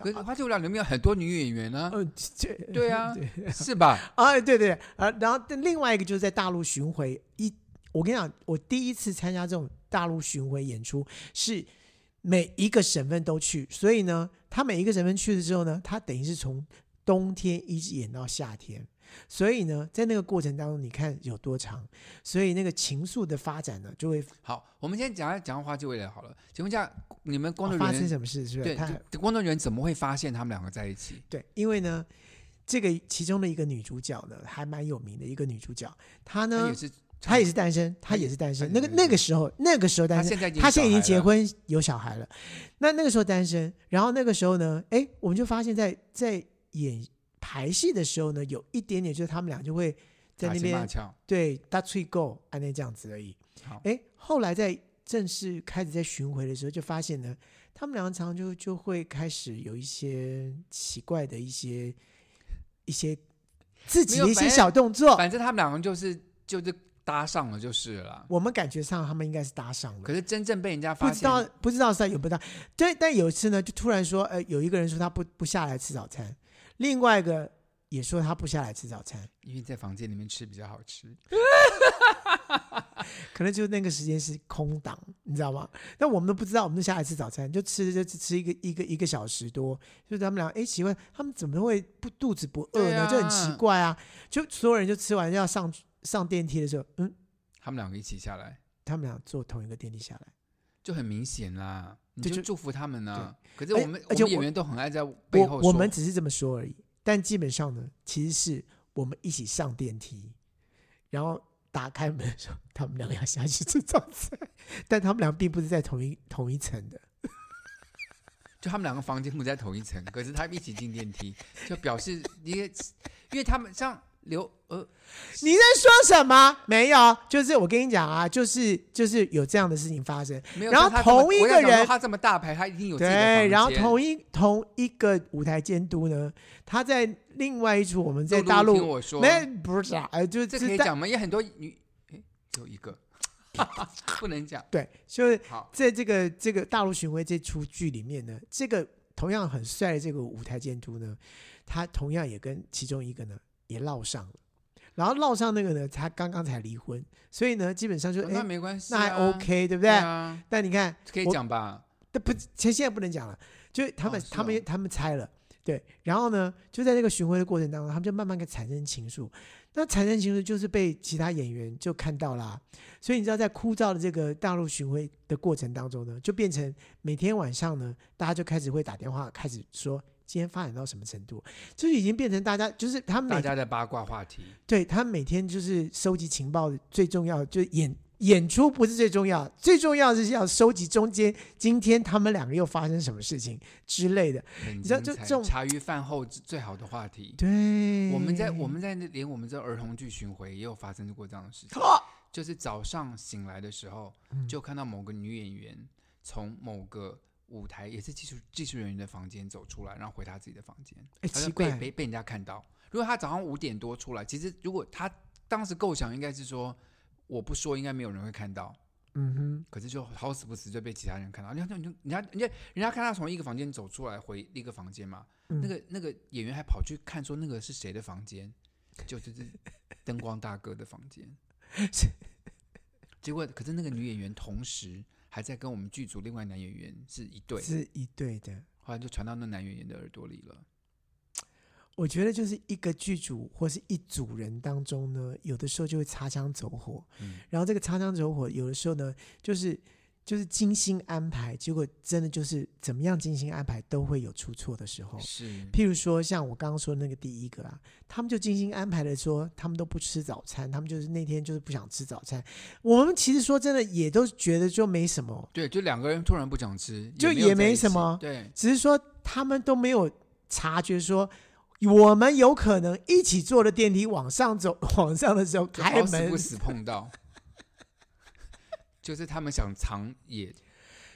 Speaker 2: 可是
Speaker 1: 啊
Speaker 2: 花季未了里面有很多女演员呢、
Speaker 1: 呃，这
Speaker 2: 对啊，是吧？
Speaker 1: 啊，对对，啊，然后另外一个就是在大陆巡回，一我跟你讲，我第一次参加这种大陆巡回演出是每一个省份都去，所以呢，他每一个省份去了之后呢，他等于是从冬天一直演到夏天，所以呢，在那个过程当中，你看有多长，所以那个情愫的发展呢，就会
Speaker 2: 好，我们先讲讲花季未了好了。请问一下，你们工作
Speaker 1: 发生
Speaker 2: 人员、
Speaker 1: 什么事，哦是不是？
Speaker 2: 对
Speaker 1: 他
Speaker 2: 就工作人员怎么会发现他们两个在一起？
Speaker 1: 对，因为呢。这个其中的一个女主角呢，还蛮有名的一个女主角，她
Speaker 2: 他
Speaker 1: 呢
Speaker 2: 也，是，
Speaker 1: 她也是单身，
Speaker 2: 她
Speaker 1: 她也
Speaker 2: 也
Speaker 1: 是单身。那
Speaker 2: 她也
Speaker 1: 个
Speaker 2: 是
Speaker 1: 那个时候，那个时候单身，
Speaker 2: 他现在已经
Speaker 1: 他现在已经
Speaker 2: 有小孩
Speaker 1: 结
Speaker 2: 了，
Speaker 1: 婚有小孩了，那那个时候单身，然后那个时候呢，哎，我们就发现在，在演排戏的时候呢，有一点点就是他们俩就会在
Speaker 2: 打
Speaker 1: 那
Speaker 2: 情骂
Speaker 1: 边
Speaker 2: 俏
Speaker 1: 对搭吹够，按那这样子而已
Speaker 2: 好。
Speaker 1: 哎，后来在正式开始在巡回的时候，就发现呢，他们俩常常就就会开始有一些奇怪的一些一些自己
Speaker 2: 没
Speaker 1: 的
Speaker 2: 有
Speaker 1: 一些
Speaker 2: 反正
Speaker 1: 小动作，
Speaker 2: 反正他们两个就是就是搭上了就是了啦。
Speaker 1: 我们感觉上他们应该是搭上了。
Speaker 2: 可是真正被人家发
Speaker 1: 不
Speaker 2: 现，
Speaker 1: 知道不知道是在有不到，对，但有一次呢，就突然说，呃，有一个人说他不不下来吃早餐，另外一个也说他不下来吃早餐，
Speaker 2: 因为在房间里面吃比较好吃。
Speaker 1: 可能就那个时间是空档，你知道吗？那我们都不知道，我们就下来吃早餐，就吃就吃一个一个一个小时多，就他们俩，哎，奇怪，他们怎么会不肚子不饿
Speaker 2: 对
Speaker 1: 呢？
Speaker 2: 啊
Speaker 1: 就很奇怪啊，就所有人就吃完要上上电梯的时候，嗯，
Speaker 2: 他们两个一起下来
Speaker 1: 他们俩坐同一个电梯下来。
Speaker 2: 就很明显啦，你
Speaker 1: 对
Speaker 2: 就
Speaker 1: 就
Speaker 2: 祝福他们呢。可是
Speaker 1: 而
Speaker 2: 我们
Speaker 1: 而且
Speaker 2: 我们
Speaker 1: 我
Speaker 2: 演员都很爱在背后
Speaker 1: 我我
Speaker 2: 说，
Speaker 1: 们只是这么说而已，但基本上呢，其实是我们一起上电梯，然后打开门的时候，他们两个要下去吃早餐，但他们俩并不是在同一同一层的。
Speaker 2: 就他们两个 房间不在同一层，可是他们一起进电梯，就表示因为因为他们像刘呃，
Speaker 1: 你在说什么？没有，就是我跟你讲啊，就是就是有这样的事情发生。
Speaker 2: 没有。
Speaker 1: 然后
Speaker 2: 他这么
Speaker 1: 同一
Speaker 2: 我在
Speaker 1: 个
Speaker 2: 想说
Speaker 1: 人
Speaker 2: 他这么大牌，他一定有自己的
Speaker 1: 对，然后
Speaker 2: 头
Speaker 1: 同一同一个舞台监督呢，他在另外一处我们在
Speaker 2: 露露
Speaker 1: 大陆
Speaker 2: 听我说
Speaker 1: 没不是啊，呃就是
Speaker 2: 这可以
Speaker 1: 在
Speaker 2: 讲吗？也很多女，哎，只有一个， 不能讲。
Speaker 1: 对，就是
Speaker 2: 好
Speaker 1: 在这个这个大陆巡回这出剧里面呢，这个同样很帅的这个舞台监督呢，他同样也跟其中一个呢也闹上了，然后闹上那个呢，他刚刚才离婚，所以呢，基本上就
Speaker 2: 哦
Speaker 1: 哎、
Speaker 2: 那没关系
Speaker 1: 那
Speaker 2: 啊，
Speaker 1: 还 OK 对不
Speaker 2: 对
Speaker 1: 对？
Speaker 2: 啊，
Speaker 1: 但你看，
Speaker 2: 可以
Speaker 1: 我
Speaker 2: 讲吧？
Speaker 1: 但不，现现在不能讲了，就是他们、
Speaker 2: 哦是
Speaker 1: 他们
Speaker 2: 哦
Speaker 1: 他们猜了，对，然后呢，就在这个巡回的过程当中，他们就慢慢的产生情愫，那产生情愫就是被其他演员就看到啦、所以你知道在枯燥的这个大陆巡回的过程当中呢，就变成每天晚上呢，大家就开始会打电话，开始说今天发展到什么程度，就是已经变成大家就是他们
Speaker 2: 大
Speaker 1: 每
Speaker 2: 家的八卦话题，
Speaker 1: 对他每天就是收集情报，最重要就是演演出不是最重要，最重要的是要收集中间今天他们两个又发生什么事情之类的。
Speaker 2: 很
Speaker 1: 知道就
Speaker 2: 精彩
Speaker 1: 这种
Speaker 2: 茶余饭后最好的话题。
Speaker 1: 对，
Speaker 2: 我们在
Speaker 1: 嗯
Speaker 2: 我们在那连我们这儿童剧巡回也有发生过这样的事情，就是早上醒来的时候，就看到某个女演员从某个舞台，也是技术技术人员的房间走出来，然后回她自己的房间，
Speaker 1: 哎
Speaker 2: 她
Speaker 1: 奇
Speaker 2: 就被
Speaker 1: 怪
Speaker 2: 被被人家看到。如果她早上五点多出来，其实如果她当时构想应该是说，我不说应该没有人会看到，
Speaker 1: 嗯哼，
Speaker 2: 可是就好死不死就被其他人看到，人家人家人家人家看他从一个房间走出来回另一个房间嘛，
Speaker 1: 嗯
Speaker 2: 那个那个演员还跑去看说那个是谁的房间，就是这灯光大哥的房 间
Speaker 1: 是。
Speaker 2: 结果可是那个女演员同时还在跟我们剧组另外男演员是一对，
Speaker 1: 是一对的。
Speaker 2: 后来就传到那男演员的耳朵里了。
Speaker 1: 我觉得就是一个剧组或是一组人当中呢，有的时候就会擦枪走火，
Speaker 2: 嗯
Speaker 1: 然后这个擦枪走火有的时候呢，就是就是精心安排，结果真的就是怎么样精心安排都会有出错的时候。
Speaker 2: 是
Speaker 1: 譬如说，像我刚刚说的那个第一个啊，他们就精心安排的说，他们都不吃早餐，他们就是那天就是不想吃早餐。我们其实说真的，也都觉得就没什么，
Speaker 2: 对，就两个人突然不想吃，
Speaker 1: 就也
Speaker 2: 也没有在
Speaker 1: 没
Speaker 2: 一起
Speaker 1: 什么
Speaker 2: 对，
Speaker 1: 只是说他们都没有察觉说。我们有可能一起坐的电梯往上走， 往上的时候
Speaker 2: 就
Speaker 1: 开
Speaker 2: 好死
Speaker 1: 门
Speaker 2: 不，死碰到， 就是他们想藏也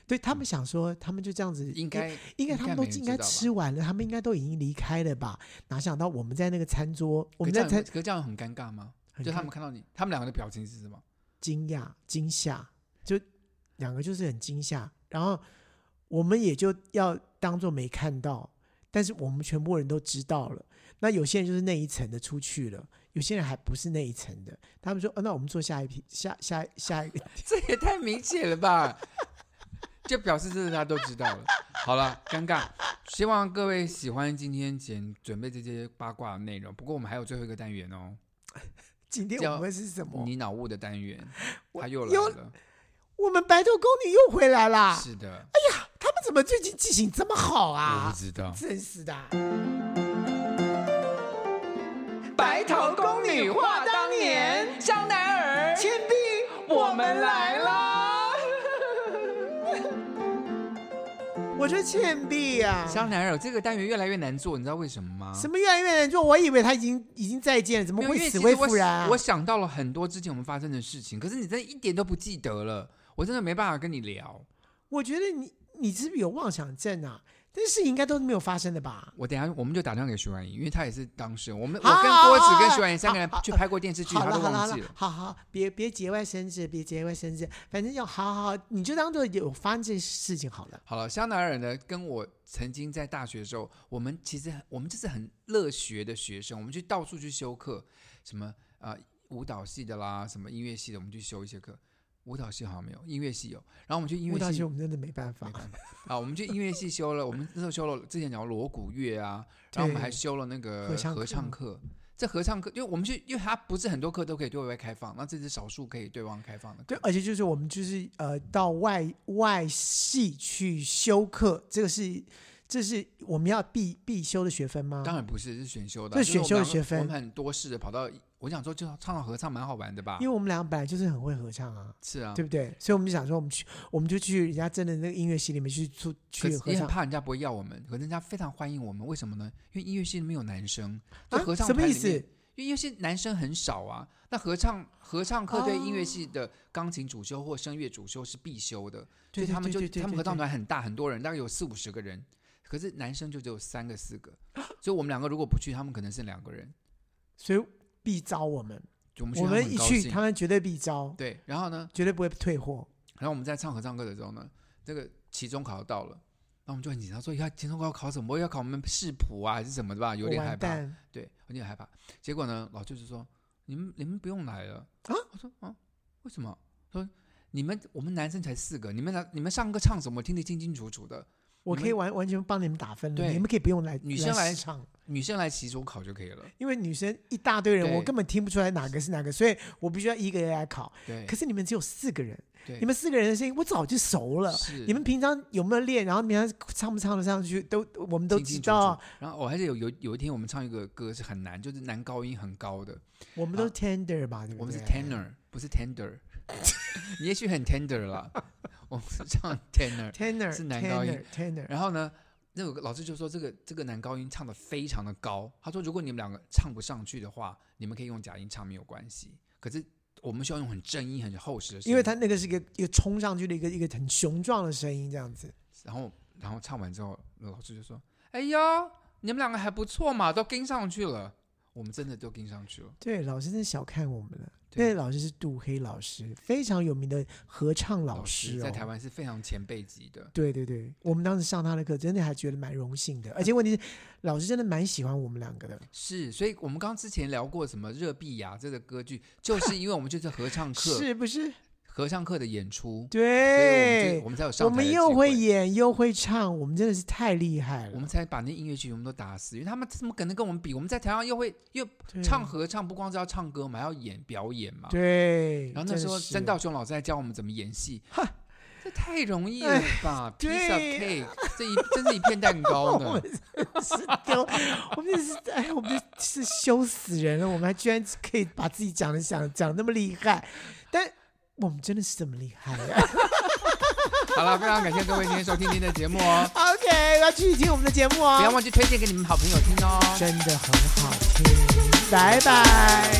Speaker 1: 对他们想说，他们就这样子，
Speaker 2: 应该
Speaker 1: 应该他们都
Speaker 2: 没人
Speaker 1: 应该
Speaker 2: 知道吧
Speaker 1: 吃完了，他们应该都已经离开了吧？哪想到我们在那个餐桌，我们在
Speaker 2: 可是这样
Speaker 1: 餐
Speaker 2: 可是这样很尴尬吗？
Speaker 1: 很
Speaker 2: 就他
Speaker 1: 尴
Speaker 2: 们看到你，他们两个的表情是什么？
Speaker 1: 惊讶、惊吓，就两个就是很惊吓，然后我们也就要当做没看到，但是我们全部人都知道了。那有些人就是那一层的出去了，有些人还不是那一层的。他们说：“哦，那我们做下一批，下下下一个。
Speaker 2: 这也太明显了吧！就表示这是大家都知道了。好了，尴尬。希望各位喜欢今天简准备这些八卦的内容。不过我们还有最后一个单元哦，
Speaker 1: 今天
Speaker 2: 叫嗯
Speaker 1: 我们是什么？
Speaker 2: 你脑雾的单元，
Speaker 1: 我
Speaker 2: 它又
Speaker 1: 又啊
Speaker 2: 来了。
Speaker 1: 我们白头宫女又回来啦！
Speaker 2: 是的，
Speaker 1: 他们怎么最近记性这么好
Speaker 2: 我
Speaker 1: 啊
Speaker 2: 不？知道。
Speaker 1: 真是的啊！
Speaker 2: 白头宫女话当年，香奈儿、倩碧，我们来啦！
Speaker 1: 我觉得倩碧啊，
Speaker 2: 香奈儿这个单元越来越难做，你知道为什么吗？
Speaker 1: 什么越来越难做，我以为他已经已经再见了，怎么
Speaker 2: 没有
Speaker 1: 会
Speaker 2: 因为
Speaker 1: 死
Speaker 2: 其
Speaker 1: 灰
Speaker 2: 实我
Speaker 1: 复燃啊、
Speaker 2: 我想到了很多之前我们发生的事情，可是你真的一点都不记得了，我真的没办法跟你聊。
Speaker 1: 我觉得你你是不是有妄想症啊？这事情应该都是没有发生的吧？
Speaker 2: 我等一下我们就打电话给徐婉莹，因为她也是当事人。我们
Speaker 1: 好
Speaker 2: 我跟郭
Speaker 1: 好
Speaker 2: 子
Speaker 1: 好
Speaker 2: 跟
Speaker 1: 好
Speaker 2: 徐婉莹三个人
Speaker 1: 好好
Speaker 2: 去拍过电视剧，
Speaker 1: 好
Speaker 2: 她
Speaker 1: 了
Speaker 2: 都
Speaker 1: 好了好
Speaker 2: 忘记
Speaker 1: 了
Speaker 2: 了，。
Speaker 1: 好好别别节外生枝，别节外生枝，反正要好好好，你就当做有发生这事情好了。
Speaker 2: 好了，香奈儿呢，跟我曾经在大学的时候，我们其实很我们就是很乐学的学生，我们去到处去修课，什么呃舞蹈系的啦，什么音乐系的，我们去修一些课。舞蹈系好像没有，音乐系有。然后我们去音
Speaker 1: 舞
Speaker 2: 乐
Speaker 1: 蹈
Speaker 2: 系
Speaker 1: 学我们真的没办法
Speaker 2: 没，办法啊，我们去音乐系修了，我们那时候修了之前讲锣鼓乐啊，
Speaker 1: 对
Speaker 2: 然后我们还修了那个
Speaker 1: 合唱课
Speaker 2: 合唱课。这合唱课，因为我们去，因为它不是很多课都可以对外开放，那这是少数可以对外开放的课。
Speaker 1: 对，而且就是我们就是呃到外外系去修课，这个是这是我们要必必修的学分吗？
Speaker 2: 当然不是，是选修的啊，
Speaker 1: 这嗯
Speaker 2: 就是
Speaker 1: 选
Speaker 2: 我
Speaker 1: 修的
Speaker 2: 们两个
Speaker 1: 学分
Speaker 2: 我们很多试着跑到，我想说，就唱到合唱蛮好玩的吧？
Speaker 1: 因为我们俩本来就是很会合唱啊，
Speaker 2: 是啊，
Speaker 1: 对不对？所以我们就想说，我们去我们就去人家真的那个音乐系里面去出
Speaker 2: 可
Speaker 1: 去
Speaker 2: 是
Speaker 1: 合
Speaker 2: 也
Speaker 1: 唱
Speaker 2: 很。怕人家不会要我们，可是人家非常欢迎我们，为什么呢？因为音乐系没有男生，
Speaker 1: 啊
Speaker 2: 就合唱
Speaker 1: 什么
Speaker 2: 团
Speaker 1: 意
Speaker 2: 里面
Speaker 1: 思？
Speaker 2: 因因为有些男生很少啊。那合唱合唱课对音乐系的钢琴主修或声乐主修是必修的，所
Speaker 1: 对
Speaker 2: 以他们就
Speaker 1: 对对对对
Speaker 2: 他们合唱
Speaker 1: 对
Speaker 2: 团很大，很多人，大概有四五十个人，可是男生就只有三个四个，所以我们两个如果不去，他们可能剩两个人。
Speaker 1: 所以必招我们，
Speaker 2: 就我们去
Speaker 1: 我
Speaker 2: 他
Speaker 1: 们
Speaker 2: 们
Speaker 1: 一
Speaker 2: 很高
Speaker 1: 去，
Speaker 2: 兴
Speaker 1: 他们绝对必招，
Speaker 2: 对，然后呢，
Speaker 1: 绝对不会退货。
Speaker 2: 然后我们在唱合唱歌的时候呢，这个期中考到了，然后我们就很紧张，说要期中考考什么？要考我们视谱啊，还是什么的吧？有
Speaker 1: 我
Speaker 2: 点害
Speaker 1: 哦完
Speaker 2: 怕，
Speaker 1: 蛋，
Speaker 2: 对，有点害怕。结果呢，老舅就说：“你们你们不用来了。”
Speaker 1: 啊，
Speaker 2: 我说啊，为什么？说你们我们男生才四个，你们来你们上课唱什么？我听得清清楚楚的，
Speaker 1: 我
Speaker 2: 你
Speaker 1: 可以
Speaker 2: 们
Speaker 1: 完完全帮你们打分了，
Speaker 2: 对
Speaker 1: 你们可以不用来
Speaker 2: 女生来
Speaker 1: 唱，
Speaker 2: 女生来期中考就可以了。
Speaker 1: 因为女生一大堆人，
Speaker 2: 对
Speaker 1: 我根本听不出来哪个是哪个，所以我必须要一个人来考。
Speaker 2: 对，
Speaker 1: 可是你们只有四个人，
Speaker 2: 对
Speaker 1: 你们四个人的声音我早就熟了。
Speaker 2: 是
Speaker 1: 你们平常有没有练？然后平常唱不唱得上去，都我们都
Speaker 2: 清
Speaker 1: 知
Speaker 2: 清楚
Speaker 1: 道
Speaker 2: 楚。。然后我还是有有有一天我们唱一个歌是很难，就是男高音很高的，
Speaker 1: 我们都
Speaker 2: 啊
Speaker 1: tender 吧，对不对？
Speaker 2: 我们是 tenor，不是 tender。你也许很 tender 啦，我们是唱 tenor。
Speaker 1: tenor
Speaker 2: 是男高音
Speaker 1: tenor，
Speaker 2: 然后呢，那有个老师就说这个这个男高音唱的非常的高，他说如果你们两个唱不上去的话，你们可以用假音唱没有关系，可是我们需要用很正音、很厚实的声音。
Speaker 1: 因为他那个是一个一个冲上去的一个一个很雄壮的声音，这样子。
Speaker 2: 然后然后唱完之后，老师就说：“哎呦，你们两个还不错嘛，都跟上去了。”我们真的都跟上去了。
Speaker 1: 对，老师真的小看我们了。那
Speaker 2: 对
Speaker 1: 位老师是杜黑老师，非常有名的合唱老师哦。
Speaker 2: 在台湾是非常前辈级的，
Speaker 1: 对对对，我们当时上他的课，真的还觉得蛮荣幸的。而且问题是，老师真的蛮喜欢我们两个的。
Speaker 2: 是，所以我们刚之前聊过什么热碧雅这个歌剧，就是因为我们就是合唱课，
Speaker 1: 是不是？
Speaker 2: 合唱课的演出，所以我
Speaker 1: 对
Speaker 2: 们就我，们才有上
Speaker 1: 我
Speaker 2: 台
Speaker 1: 们
Speaker 2: 的
Speaker 1: 又
Speaker 2: 机
Speaker 1: 会，演又会唱，我们真的是太厉害
Speaker 2: 我
Speaker 1: 了
Speaker 2: 们。才把那音乐剧全部都打死，因为他们怎么可能跟我们比？我们在台上又会又
Speaker 1: 对
Speaker 2: 唱合唱，不光是要唱歌，我们还要演表演嘛。。
Speaker 1: 对，
Speaker 2: 然后那时候
Speaker 1: 真的是
Speaker 2: 曾道雄老师还教我们怎么演戏，这太容易了吧？Piece of
Speaker 1: 哎对
Speaker 2: cake，这一真是一片蛋糕
Speaker 1: 我
Speaker 2: 呢
Speaker 1: 们。 是丢，我们真是哎，我们真是羞死人了，我们还居然可以把自己讲的想讲得那么厉害，但我们真的是这么厉害 呀、
Speaker 2: 好了，非常感谢各位今天收听今天的节目哦，
Speaker 1: OK，要继续听我们的节目
Speaker 2: 不要
Speaker 1: 哦，
Speaker 2: 忘记推荐给你们好朋友听哦。
Speaker 1: 真的很好听，拜拜。